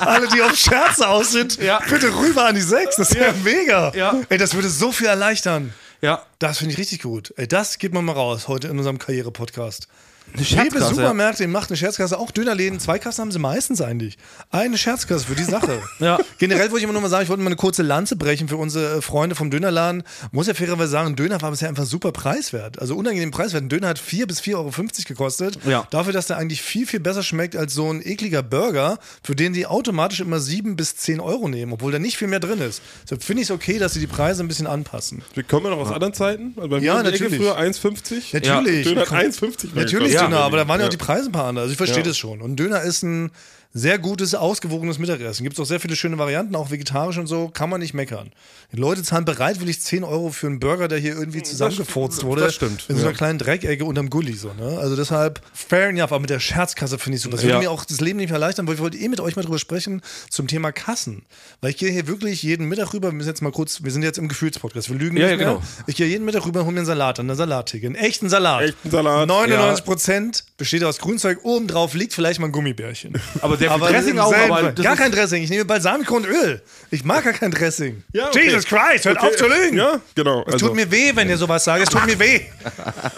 [SPEAKER 1] Alle, die auf Scherze aus sind,
[SPEAKER 2] Ja.
[SPEAKER 1] bitte rüber an die 6. Das wäre ja. mega.
[SPEAKER 2] Ja.
[SPEAKER 1] Ey, das würde so viel erleichtern.
[SPEAKER 2] Ja.
[SPEAKER 1] Das finde ich richtig gut. Ey, das geht man mal raus heute in unserem Karriere-Podcast.
[SPEAKER 2] Eine
[SPEAKER 1] Liebe
[SPEAKER 2] Scherzkasse.
[SPEAKER 1] Supermärkte, ihr macht eine Scherzkasse. Auch Dönerläden, zwei Kassen haben sie meistens eigentlich. Eine Scherzkasse für die Sache.
[SPEAKER 2] Ja.
[SPEAKER 1] Generell wollte ich immer nur mal sagen, ich wollte mal eine kurze Lanze brechen für unsere äh, Freunde vom Dönerladen. Muss ja fairerweise sagen, ein Döner war bisher einfach super preiswert. Also unangenehm preiswert. Ein Döner hat 4 bis 4,50 Euro gekostet.
[SPEAKER 2] Ja.
[SPEAKER 1] Dafür, dass der eigentlich viel, viel besser schmeckt als so ein ekliger Burger, für den sie automatisch immer 7 bis 10 Euro nehmen, obwohl da nicht viel mehr drin ist. Deshalb finde ich es okay, dass sie die Preise ein bisschen anpassen.
[SPEAKER 3] Wir kommen ja noch aus anderen Zeiten. Also bei mir
[SPEAKER 1] Ja,
[SPEAKER 3] in der Ecke
[SPEAKER 1] natürlich.
[SPEAKER 3] früher 1,50.
[SPEAKER 1] Natürlich.
[SPEAKER 3] Döner hat 1,50 mal
[SPEAKER 1] Natürlich
[SPEAKER 3] gekostet.
[SPEAKER 1] Döner, aber da waren ja auch die Preise ein paar andere. Also ich verstehe das schon. Und Döner ist ein sehr gutes, ausgewogenes Mittagessen. Gibt es auch sehr viele schöne Varianten, auch vegetarisch und so, kann man nicht meckern. Die Leute zahlen bereitwillig 10 Euro für einen Burger, der hier irgendwie zusammengefurzt wurde.
[SPEAKER 3] das stimmt,
[SPEAKER 1] In so einer
[SPEAKER 3] ja.
[SPEAKER 1] kleinen Dreckecke unterm Gully. So, ne? Also deshalb, fair enough, aber mit der Scherzkasse finde ich so. Das würde
[SPEAKER 2] Ja.
[SPEAKER 1] mir auch das Leben nicht erleichtern, weil ich wollte eh mit euch mal drüber sprechen zum Thema Kassen. Weil ich gehe hier wirklich jeden Mittag rüber, wir müssen jetzt mal kurz, wir sind jetzt im Gefühlspodcast, wir lügen
[SPEAKER 2] Ja,
[SPEAKER 1] nicht
[SPEAKER 2] ja,
[SPEAKER 1] mehr.
[SPEAKER 2] genau.
[SPEAKER 1] Ich gehe jeden Mittag rüber und hole mir einen Salat, einen Salattheke, einen echten Salat.
[SPEAKER 3] Echten Salat,
[SPEAKER 1] 99 Prozent besteht aus Grünzeug, oben drauf liegt vielleicht mal ein Gummibärchen.
[SPEAKER 2] Aber sehr viel Dressing
[SPEAKER 1] im
[SPEAKER 2] auch,
[SPEAKER 1] selben
[SPEAKER 2] aber
[SPEAKER 1] Fall.
[SPEAKER 2] das
[SPEAKER 1] gar
[SPEAKER 2] ist-
[SPEAKER 1] kein Dressing. Ich nehme Balsamico und Öl. Ich mag gar kein Dressing.
[SPEAKER 3] Ja, okay.
[SPEAKER 1] Jesus Christ, hört auf zu lügen.
[SPEAKER 3] Ja, genau.
[SPEAKER 1] Es
[SPEAKER 2] Also.
[SPEAKER 1] tut mir weh, wenn ihr sowas sagt. Es tut mir weh.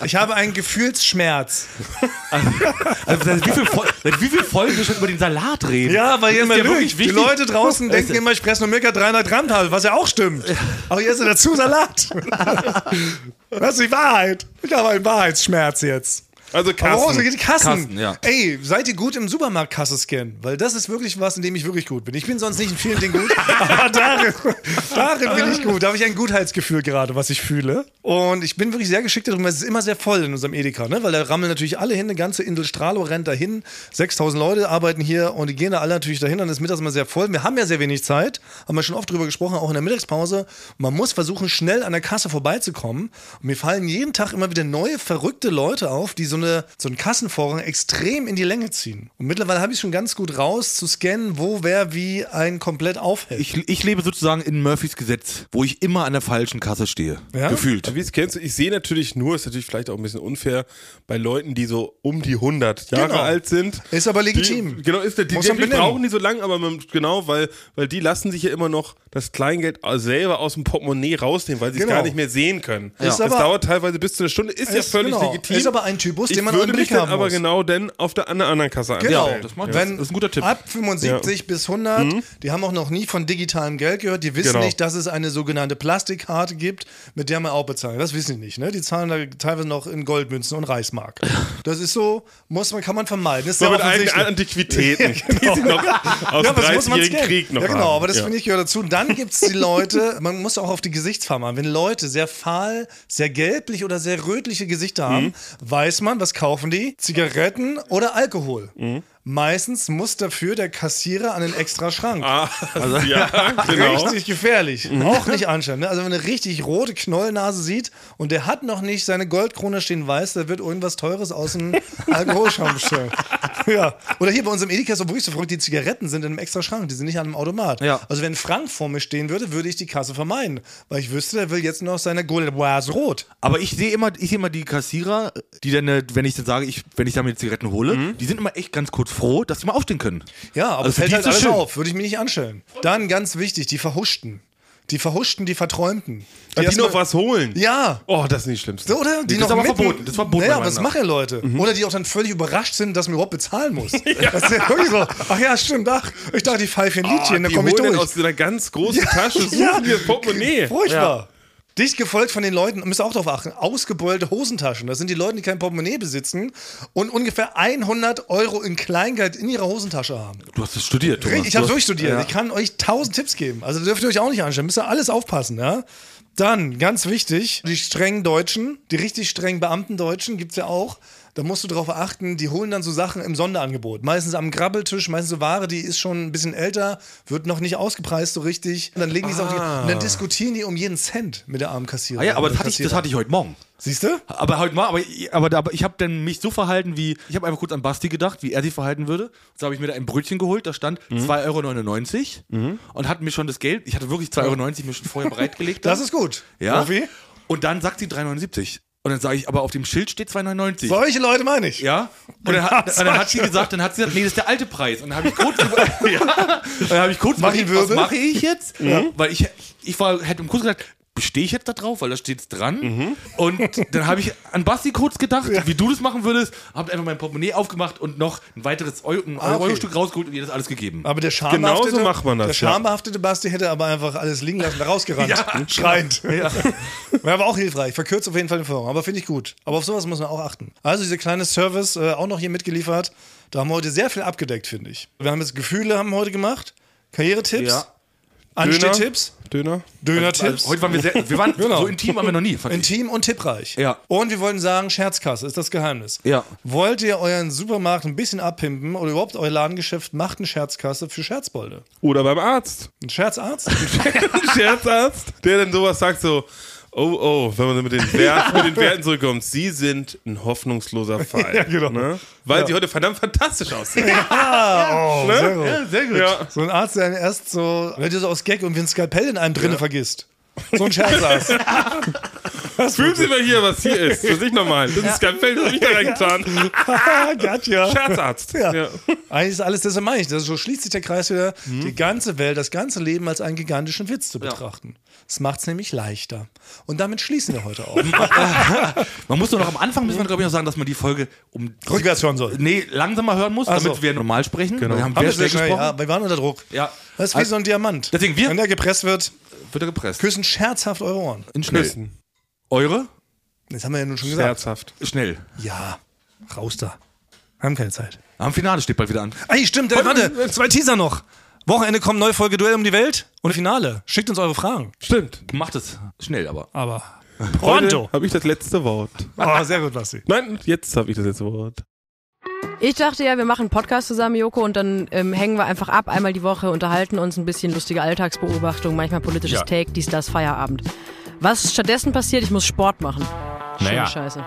[SPEAKER 1] Ich habe einen Gefühlsschmerz.
[SPEAKER 2] Also seit wie viel, Fol- seit wie viel Folgen wir schon über den Salat reden?
[SPEAKER 1] Ja, weil ihr immer
[SPEAKER 2] ja
[SPEAKER 1] lügt.
[SPEAKER 2] wirklich
[SPEAKER 1] Die
[SPEAKER 2] wichtig.
[SPEAKER 1] Leute draußen denken immer, ich fresse nur Milka 300 Gramm Tafel, was ja auch stimmt. Aber hier ist ja dazu Salat. Das ist die Wahrheit. Ich habe einen Wahrheitsschmerz jetzt.
[SPEAKER 3] Also
[SPEAKER 1] Aber Rose,
[SPEAKER 3] Kassen.
[SPEAKER 1] die Kassen.
[SPEAKER 2] Kassen, ja.
[SPEAKER 1] Ey, seid ihr gut im Supermarkt Kasse scannen? Weil das ist wirklich was, in dem ich wirklich gut bin. Ich bin sonst nicht in vielen Dingen gut, aber darin, darin bin ich gut. Da habe ich ein Gutheitsgefühl gerade, was ich fühle. Und ich bin wirklich sehr geschickt darum, weil es ist immer sehr voll in unserem Edeka, ne? weil da rammeln natürlich alle hin, eine ganze Insel Stralo rennt dahin. 6000 Leute arbeiten hier und die gehen da alle natürlich dahin. Dann ist mittags immer sehr voll. Wir haben ja sehr wenig Zeit, haben wir schon oft drüber gesprochen, auch in der Mittagspause. Man muss versuchen, schnell an der Kasse vorbeizukommen. Und mir fallen jeden Tag immer wieder neue verrückte Leute auf, die so, eine, so einen Kassenvorrang extrem in die Länge ziehen. Und mittlerweile habe ich schon ganz gut raus zu scannen, wo wer wie einen komplett aufhält.
[SPEAKER 2] Ich, ich lebe sozusagen in Murphys Gesetz, wo ich immer an der falschen Kasse stehe.
[SPEAKER 1] Ja?
[SPEAKER 2] Gefühlt.
[SPEAKER 3] Wie es kennst du, ich sehe natürlich nur, ist natürlich vielleicht auch ein bisschen unfair, bei Leuten, die so um die 100 Jahre
[SPEAKER 1] Genau.
[SPEAKER 3] alt sind.
[SPEAKER 1] Ist aber legitim.
[SPEAKER 3] Die, genau, ist der, die,
[SPEAKER 1] Muss man
[SPEAKER 3] die
[SPEAKER 1] benennen.
[SPEAKER 3] brauchen die so lange, aber man, genau, weil, weil die lassen sich ja immer noch das Kleingeld selber aus dem Portemonnaie rausnehmen, weil sie
[SPEAKER 1] Genau.
[SPEAKER 3] es gar nicht mehr sehen können.
[SPEAKER 1] Ist
[SPEAKER 3] Das
[SPEAKER 1] aber-
[SPEAKER 3] dauert teilweise bis zu einer Stunde, ist ja
[SPEAKER 1] Ist
[SPEAKER 3] völlig
[SPEAKER 1] genau.
[SPEAKER 3] legitim.
[SPEAKER 1] Ist aber ein Typus,
[SPEAKER 3] ich
[SPEAKER 1] den man
[SPEAKER 3] würde
[SPEAKER 1] im
[SPEAKER 3] mich
[SPEAKER 1] Blick
[SPEAKER 3] dann
[SPEAKER 1] haben
[SPEAKER 3] aber
[SPEAKER 1] muss.
[SPEAKER 3] genau dann auf der an- anderen Kasse
[SPEAKER 1] Genau.
[SPEAKER 3] anstellen.
[SPEAKER 2] das macht-
[SPEAKER 1] Wenn
[SPEAKER 2] das ist ein guter Tipp. Mhm.
[SPEAKER 1] Ab 75 bis 100, die haben auch noch nie von digitalem Geld gehört. Die wissen
[SPEAKER 3] Genau.
[SPEAKER 1] nicht, dass es eine sogenannte Plastikkarte gibt, mit der man auch bezahlt. Das wissen die nicht. Ne? Die zahlen da teilweise noch in Goldmünzen und Reichsmark. Das ist so, muss man, kann man vermeiden. Das ist
[SPEAKER 3] So
[SPEAKER 1] ja
[SPEAKER 3] mit alten
[SPEAKER 1] offensichtlich. genau.
[SPEAKER 3] Antiquitäten, die sie noch aus
[SPEAKER 1] Ja,
[SPEAKER 3] dem
[SPEAKER 1] aber das muss man
[SPEAKER 3] 30-jährigen
[SPEAKER 1] scannen.
[SPEAKER 3] Krieg noch
[SPEAKER 1] Ja, genau,
[SPEAKER 3] haben.
[SPEAKER 1] aber das
[SPEAKER 3] ja.
[SPEAKER 1] finde ich gehört dazu. Und Dann gibt es die Leute, man muss auch auf die Gesichtsfarben haben. Wenn Leute sehr fahl, sehr gelblich oder sehr rötliche
[SPEAKER 3] Mhm.
[SPEAKER 1] Gesichter haben, weiß man, was kaufen die? Zigaretten oder Alkohol.
[SPEAKER 3] Mhm.
[SPEAKER 1] Meistens muss dafür der Kassierer an den extra Schrank.
[SPEAKER 3] Ah, ja, genau.
[SPEAKER 1] Richtig gefährlich.
[SPEAKER 2] Mhm.
[SPEAKER 1] Auch nicht anscheinend. Ne? Also, wenn man eine richtig rote Knollnase sieht und der hat noch nicht seine Goldkrone stehen weiß, da wird irgendwas Teures aus dem Alkoholschaum bestellen. ja. Oder hier bei uns im Edeka ist auch wirklich so verrückt, die Zigaretten sind in einem extra Schrank, die sind nicht an einem Automat.
[SPEAKER 2] Ja.
[SPEAKER 1] Also, wenn Frank vor mir stehen würde, würde ich die Kasse vermeiden, weil ich wüsste, der will jetzt noch seine Gold. Boah, ist rot.
[SPEAKER 2] Aber ich sehe immer, ich sehe immer die Kassierer, die dann, äh, wenn ich dann sage, ich, wenn ich da mir Zigaretten hole, die sind immer echt ganz kurz froh, dass sie mal aufstehen können.
[SPEAKER 1] Mhm. Ja, aber
[SPEAKER 2] Also
[SPEAKER 1] es
[SPEAKER 2] für
[SPEAKER 1] fällt
[SPEAKER 2] die
[SPEAKER 1] halt
[SPEAKER 2] ist
[SPEAKER 1] alles
[SPEAKER 2] das schön.
[SPEAKER 1] auf, würde ich mir nicht anstellen. Dann ganz wichtig, die Verhuschten. Die Verhuschten, die Verträumten.
[SPEAKER 3] Die, die
[SPEAKER 1] erstmal-
[SPEAKER 3] noch was holen.
[SPEAKER 1] Ja.
[SPEAKER 3] Oh, das ist nicht schlimmst.
[SPEAKER 1] So, Oder? Die noch
[SPEAKER 2] das ist aber
[SPEAKER 1] mitten-
[SPEAKER 2] verboten. Das ist verboten,
[SPEAKER 1] Naja,
[SPEAKER 2] meiner
[SPEAKER 1] was
[SPEAKER 2] Meinung
[SPEAKER 1] machen Leute?
[SPEAKER 2] Mhm.
[SPEAKER 1] Oder die auch dann völlig überrascht sind, dass man überhaupt bezahlen muss. Das ist ja wirklich so. Ach ja, stimmt. Ach, ich dachte, ich pfeife
[SPEAKER 2] Ah,
[SPEAKER 1] hier ein Liedchen, dann
[SPEAKER 3] Ah, die
[SPEAKER 1] komme ich
[SPEAKER 3] holen
[SPEAKER 1] durch.
[SPEAKER 3] aus einer ganz großen Tasche, suchen
[SPEAKER 1] ja.
[SPEAKER 3] ihr Portemonnaie.
[SPEAKER 1] Furchtbar. Dicht gefolgt von den Leuten, müsst ihr auch drauf achten, ausgebeulte Hosentaschen. Das sind die Leute, die kein Portemonnaie besitzen und ungefähr 100 Euro in Kleingeld in ihrer Hosentasche haben.
[SPEAKER 2] Du hast es studiert, Thomas.
[SPEAKER 1] Ich habe
[SPEAKER 2] Du hast-
[SPEAKER 1] durchstudiert. Ich kann euch tausend Tipps geben. Also dürft ihr euch auch nicht anstellen. Müsst ihr alles aufpassen, ja? Dann, ganz wichtig, die strengen Deutschen, die richtig strengen Beamtendeutschen gibt's ja auch. Da musst du darauf achten, die holen dann so Sachen im Sonderangebot. Meistens am Grabbeltisch, meistens so Ware, die ist schon ein bisschen älter, wird noch nicht ausgepreist so richtig. Und dann legen die es auf die. Und dann diskutieren die um jeden Cent mit der armen Kassiererin.
[SPEAKER 2] Ah ja, aber
[SPEAKER 1] oder
[SPEAKER 2] das hatte, ich, das
[SPEAKER 1] Kassierer.
[SPEAKER 2] hatte ich heute Morgen.
[SPEAKER 1] Siehst du?
[SPEAKER 2] Aber heute mal, aber, aber, aber ich habe dann mich so verhalten, wie ich habe einfach kurz an Basti gedacht, wie er sich verhalten würde. So habe ich mir da ein Brötchen geholt, da stand
[SPEAKER 1] Mhm.
[SPEAKER 2] 2,99 Euro und hat mir schon das Geld, ich hatte wirklich 2,90 Euro mir schon vorher bereitgelegt.
[SPEAKER 1] Das ist gut.
[SPEAKER 2] ja.
[SPEAKER 1] Profi.
[SPEAKER 2] Und dann sagt sie 3,79. Und dann sage ich, aber auf dem Schild steht 2,99.
[SPEAKER 1] Solche Leute meine ich.
[SPEAKER 2] Ja. Und dann, hat- und dann hat sie gesagt, dann hat sie gesagt, nee, das ist der alte Preis. Und dann habe ich kurz, ja. Und dann habe ich kurz,
[SPEAKER 1] Mach Mhm. ich einen
[SPEAKER 2] was
[SPEAKER 1] Wirbel?
[SPEAKER 2] mache ich jetzt? Weil ich, ich war, hätte im Kurs gesagt, bestehe ich jetzt da drauf, weil da steht es dran.
[SPEAKER 1] Mhm.
[SPEAKER 2] Und dann habe ich an Basti kurz gedacht, wie du das machen würdest, habe einfach mein Portemonnaie aufgemacht und noch ein weiteres Eu ein
[SPEAKER 1] Ah, okay.
[SPEAKER 2] Euro-Stück rausgeholt und ihr das alles gegeben.
[SPEAKER 1] Aber der schambehaftete,
[SPEAKER 3] Genauso macht man das,
[SPEAKER 1] der
[SPEAKER 3] ja.
[SPEAKER 1] schambehaftete Basti hätte aber einfach alles liegen lassen, da rausgerannt, schreiend. Wäre aber auch hilfreich. Verkürzt auf jeden Fall den Vorgang, aber finde ich gut. Aber auf sowas muss man auch achten. Also dieser kleine Service äh, auch noch hier mitgeliefert. Da haben wir heute sehr viel abgedeckt, finde ich. Wir haben jetzt Gefühle haben wir heute gemacht, Karrieretipps,
[SPEAKER 2] Ja.
[SPEAKER 1] Anstehtipps,
[SPEAKER 3] Döner.
[SPEAKER 1] Döner-Tipps.
[SPEAKER 2] Also, heute waren wir sehr, wir waren,
[SPEAKER 1] Genau.
[SPEAKER 2] so intim waren wir noch nie. Fand ich.
[SPEAKER 1] Intim und tippreich.
[SPEAKER 2] Ja.
[SPEAKER 1] Und wir wollen sagen, Scherzkasse ist das Geheimnis.
[SPEAKER 2] Ja.
[SPEAKER 1] Wollt ihr euren Supermarkt ein bisschen abpimpen oder überhaupt euer Ladengeschäft, macht eine Scherzkasse für Scherzbolde.
[SPEAKER 3] Oder beim Arzt.
[SPEAKER 1] Ein Scherzarzt?
[SPEAKER 3] Ein Scherzarzt, der dann sowas sagt, so. Oh, oh, wenn man mit den, Werten, mit den Werten zurückkommt, sie sind ein hoffnungsloser Fall.
[SPEAKER 1] Ja, genau.
[SPEAKER 3] ne? Weil sie heute verdammt fantastisch aussehen.
[SPEAKER 1] ah,
[SPEAKER 2] Ne?
[SPEAKER 1] oh, sehr gut.
[SPEAKER 3] sehr gut. Ja.
[SPEAKER 1] So ein Arzt, der einen erst so, wenn dir so aus Gag irgendwie ein Skalpell in einem drinne vergisst. So ein Scherzarzt.
[SPEAKER 3] Fühlen Sie mal hier, was hier ist. Das ist nicht normal. Das ist kein Feld, das hab ich da reingetan.
[SPEAKER 1] Haha, gotcha.
[SPEAKER 3] Scherzarzt.
[SPEAKER 1] Ja. Eigentlich ist alles das, was meine ich. Das ist, so schließt sich der Kreis wieder,
[SPEAKER 2] Mhm.
[SPEAKER 1] die ganze Welt, das ganze Leben als einen gigantischen Witz zu betrachten. Das macht es nämlich leichter. Und damit schließen wir heute auf.
[SPEAKER 2] Man muss nur noch am Anfang,
[SPEAKER 1] Mhm.
[SPEAKER 2] müssen wir glaube ich noch sagen, dass man die Folge um
[SPEAKER 1] Rückwärts hören soll.
[SPEAKER 2] Nee, langsamer hören muss,
[SPEAKER 1] Ach
[SPEAKER 2] damit
[SPEAKER 1] so.
[SPEAKER 2] wir normal sprechen. Genau. Wir haben
[SPEAKER 1] Haben wir sehr
[SPEAKER 2] sehr schnell
[SPEAKER 1] schnell,
[SPEAKER 2] gesprochen.
[SPEAKER 1] ja, wir waren unter Druck.
[SPEAKER 2] Ja.
[SPEAKER 1] Das ist wie
[SPEAKER 2] Also-
[SPEAKER 1] so ein Diamant.
[SPEAKER 2] Deswegen, wir-
[SPEAKER 1] Wenn der gepresst wird,
[SPEAKER 2] Wird er gepresst.
[SPEAKER 1] küssen scherzhaft eure Ohren.
[SPEAKER 2] In schnell. Eure?
[SPEAKER 1] Das haben wir ja nun schon gesagt.
[SPEAKER 3] Scherzhaft.
[SPEAKER 2] Schnell.
[SPEAKER 1] Ja, raus da. Wir haben keine Zeit.
[SPEAKER 2] Am Finale steht bald wieder an.
[SPEAKER 1] Ey, stimmt, äh, warte, zwei Teaser noch. Wochenende kommt neue Folge Duell um die Welt und Finale. Schickt uns eure Fragen.
[SPEAKER 3] Stimmt.
[SPEAKER 2] Macht es. Schnell aber.
[SPEAKER 1] Aber
[SPEAKER 3] Heute
[SPEAKER 1] pronto.
[SPEAKER 3] habe ich das letzte Wort.
[SPEAKER 1] Oh, sehr gut, Basti.
[SPEAKER 3] Nein, jetzt habe ich das letzte Wort.
[SPEAKER 4] Ich dachte ja, wir machen einen Podcast zusammen, Joko, und dann ähm, hängen wir einfach ab, einmal die Woche, unterhalten uns ein bisschen lustige Alltagsbeobachtung, manchmal politisches
[SPEAKER 5] Ja.
[SPEAKER 4] Take, dies, das, Feierabend. Was stattdessen passiert, ich muss Sport machen. Schöne
[SPEAKER 5] Naja.
[SPEAKER 4] Scheiße.